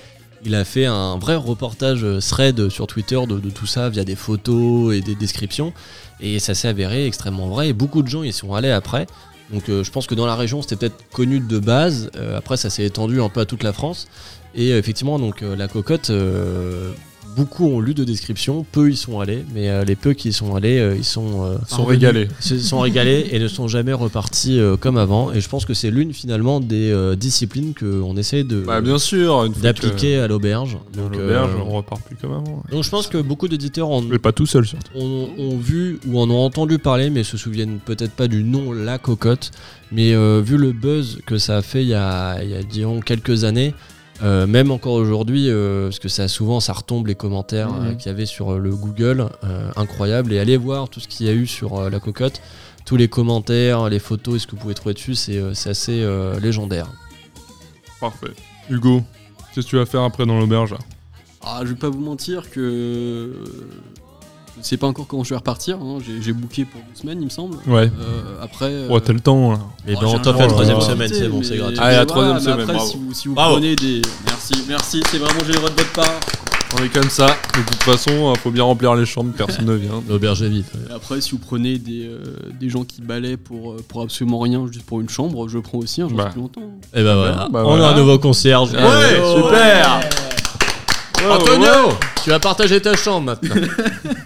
C: Il a fait un vrai reportage euh, thread sur Twitter de, de tout ça via des photos et des descriptions. Et ça s'est avéré extrêmement vrai. Et beaucoup de gens y sont allés après. Donc euh, je pense que dans la région, c'était peut-être connu de base. Euh, après, ça s'est étendu un peu à toute la France. Et euh, effectivement, donc euh, la cocotte, euh, beaucoup ont lu de descriptions, peu y sont allés, mais euh, les peu qui y sont allés, euh, ils sont, euh,
B: Ils sont régalés.
C: se sont régalés et ne sont jamais repartis euh, comme avant. Et je pense que c'est l'une finalement des euh, disciplines qu'on essaie de
B: Bah bien sûr, une fois
C: d'appliquer à l'auberge.
B: que- hein. dans
C: Donc,
B: l'auberge,
C: euh,
B: on repart plus comme avant.
C: donc je pense que beaucoup d'éditeurs en,
B: Mais pas tout seul surtout.
C: ont, ont vu ou en ont entendu parler, mais se souviennent peut-être pas du nom La Cocotte. Mais euh, vu le buzz que ça a fait il y a, il y a, disons, quelques années, euh, même encore aujourd'hui, euh, parce que ça souvent ça retombe les commentaires
D: Mhm.
C: euh, qu'il y avait sur euh, le Google, euh, incroyable. Et allez voir tout ce qu'il y a eu sur euh, La Cocotte, tous les commentaires, les photos, et ce que vous pouvez trouver dessus, c'est euh, c'est assez euh, légendaire.
B: Parfait. Hugo, qu'est-ce que tu vas faire après dans l'auberge là
D: Ah, je vais pas vous mentir que. Je sais pas encore comment je vais repartir. hein. J'ai, j'ai booké pour deux semaines, il me semble.
B: Ouais.
D: Euh, après. euh,
B: Ouais, t'as le temps là.
C: Mais
D: oh,
C: ben, on
D: j'ai
C: t'en
D: un
C: fait la
D: jour
C: troisième
D: de
C: semaine,
D: visiter,
C: c'est bon,
D: mais-
C: c'est gratuit.
B: Allez, la
D: mais
B: troisième
D: mais
B: semaine,
D: après,
B: bravo.
D: Si vous, si vous
C: Bravo.
D: prenez des. Merci, merci, c'est vraiment généreux de votre part.
B: On est comme ça. De toute façon, euh, faut bien remplir les chambres, personne ne vient.
C: L'auberge est vide.
D: Et après, si vous prenez des, euh, des gens qui balaient pour, euh, pour absolument rien, juste pour une chambre, je prends aussi, hein, j'en
B: Bah.
D: suis plus longtemps.
C: Et ben
D: Ah,
C: voilà,
B: bah
C: on
B: voilà.
C: a un nouveau concierge. Euh,
B: Ouais, super Ouais, ouais, ouais.
C: Antonio, tu vas partager ta chambre maintenant.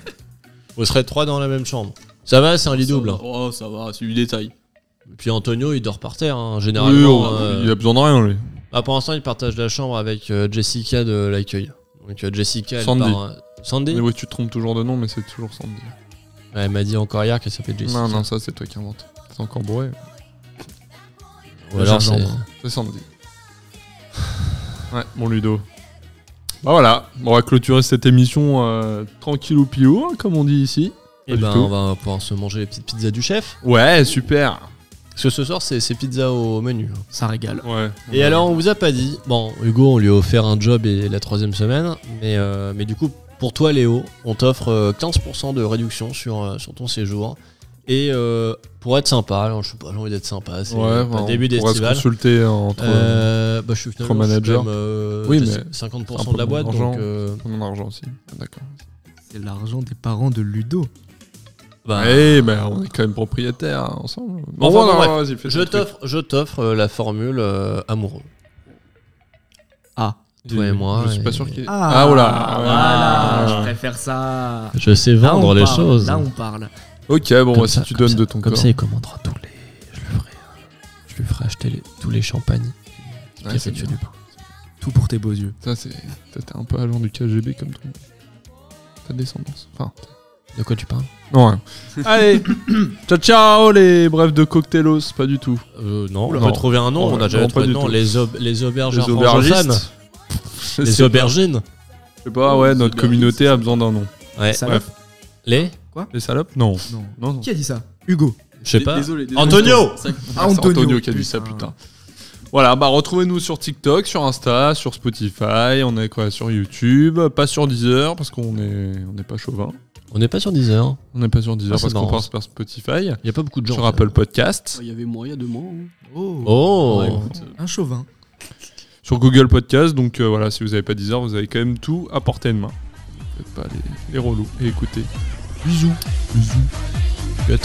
C: Vous serez trois dans la même chambre. Ça va, c'est un lit
D: Ça
C: double.
D: va. Oh, ça va, c'est du détail.
C: Puis Antonio, il dort par terre, hein,
B: Oui,
C: généralement.
B: on-
C: euh,
B: Il a besoin de rien lui.
C: bah, pour l'instant, il partage la chambre avec euh, Jessica de l'accueil. Donc euh, Jessica, elle
B: Sandy.
C: part, euh, Sandy
B: Mais ouais, tu te trompes toujours de nom, mais c'est toujours Sandy.
C: Ouais, Elle m'a dit encore hier qu'elle s'appelle Jessica.
B: Non, non, ça c'est toi qui inventes. C'est encore bourré.
C: Ou alors c'est-
E: Gingembre.
B: C'est samedi. Ouais, mon Ludo. Bah voilà, on va clôturer cette émission euh, tranquille ou pilou, hein, comme on dit ici.
C: Eh
B: Pas du
C: ben,
B: tout.
C: on va pouvoir se manger les petites pizzas du chef.
B: Ouais, super.
C: Parce que ce soir, c'est c'est pizza au menu. hein.
E: Ça régale.
B: Ouais.
C: Et alors, on vous a pas dit. Bon, Hugo, on lui a offert un job et la troisième semaine. Mais, euh, mais du coup, pour toi, Léo, on t'offre euh, 15% de réduction sur, euh, sur ton séjour. Et euh, pour être sympa, alors, je sais pas, j'ai envie d'être sympa, c'est
B: Ouais,
C: le
B: bah,
C: début
B: on pourra se
C: d'estival.
B: consulter entre
C: Euh, bah, je suis
B: entre
C: finalement, je suis
B: manager.
C: quand même, euh,
B: Oui,
C: t'as
B: mais
C: 50%
B: un
C: de la
B: peu
C: boîte,
B: d'argent.
C: donc euh,
B: ton argent aussi. Ah, D'accord.
E: C'est l'argent des parents de Ludo.
C: bah,
B: Ouais, mais on est quand même propriétaires hein, ensemble.
C: Bon,
B: Bon,
C: enfin, bon,
B: non, vas-y, fais
C: je
B: ton truc.
C: t'offre, je t'offre euh, la formule euh, amoureux.
E: Ah.
C: toi et moi,
B: Je suis pas
C: et-
B: sûr qu'il.
E: Ah.
B: Ah, voilà.
E: Voilà,
B: Ah.
E: je préfère ça.
C: Je sais
E: Là,
C: vendre
E: on
C: les
E: parle,
C: choses.
E: Là, on parle.
B: Ok, bon, bah, si tu donnes de ton
C: Comme
B: corps.
C: ça, il commandera tous les. Je lui ferai, hein. je lui ferai acheter les- tous les champagnes.
B: Ouais,
C: Café
B: Bah, c'est
C: de
B: bien.
C: Chenu.
E: Tout pour tes beaux yeux.
B: Ça, c'est. t'as- T'es un peu allant du KGB comme ton. Ta descendance. Enfin.
C: De quoi tu parles
B: Non, rien. Allez, ciao ciao les brefs de cocktailos, pas du tout.
C: Euh, Non,
B: Oula,
C: on peut
B: non.
C: trouver un nom,
B: Ouais,
C: on a déjà
B: non, pas
C: trouvé
B: du
C: le nom.
B: tout.
C: Les, ob- les auberges
B: Les
C: argentines.
B: aubergistes. Je
C: Les
B: sais pas.
C: aubergines.
B: Je sais pas, ouais, notre
D: Les
B: communauté a besoin d'un nom.
C: Eh, Ouais.
E: Ça
B: bref.
C: Les
B: Les salopes Non.
E: Non.
B: Non, non.
E: Qui a dit ça Hugo.
C: Je sais pas.
D: Désolé, désolé.
C: Ah, Antonio
D: Ça-
E: Ah,
B: C'est
E: Antonio,
B: qui a dit ça,
E: putain.
B: putain. Voilà, bah retrouvez-nous sur TikTok, sur Insta, sur Spotify, on est quoi sur YouTube, pas sur Deezer parce qu'on est on n'est pas chauvin.
C: On n'est pas sur Deezer.
B: On n'est pas sur Deezer
C: Ah, c'est
B: parce qu'on
C: marrant,
B: passe par Spotify,
C: Il n'y a pas beaucoup de gens.
B: sur Apple Podcast,
D: Il y avait moyen de moins. hein.
E: Oh.
C: Oh
B: Ouais,
E: Un chauvin.
B: sur Google Podcast. Donc euh, voilà, si vous n'avez pas Deezer, vous avez quand même tout à portée de main. Faites pas les, les relous et écoutez. Bisous. Bisous. Cut.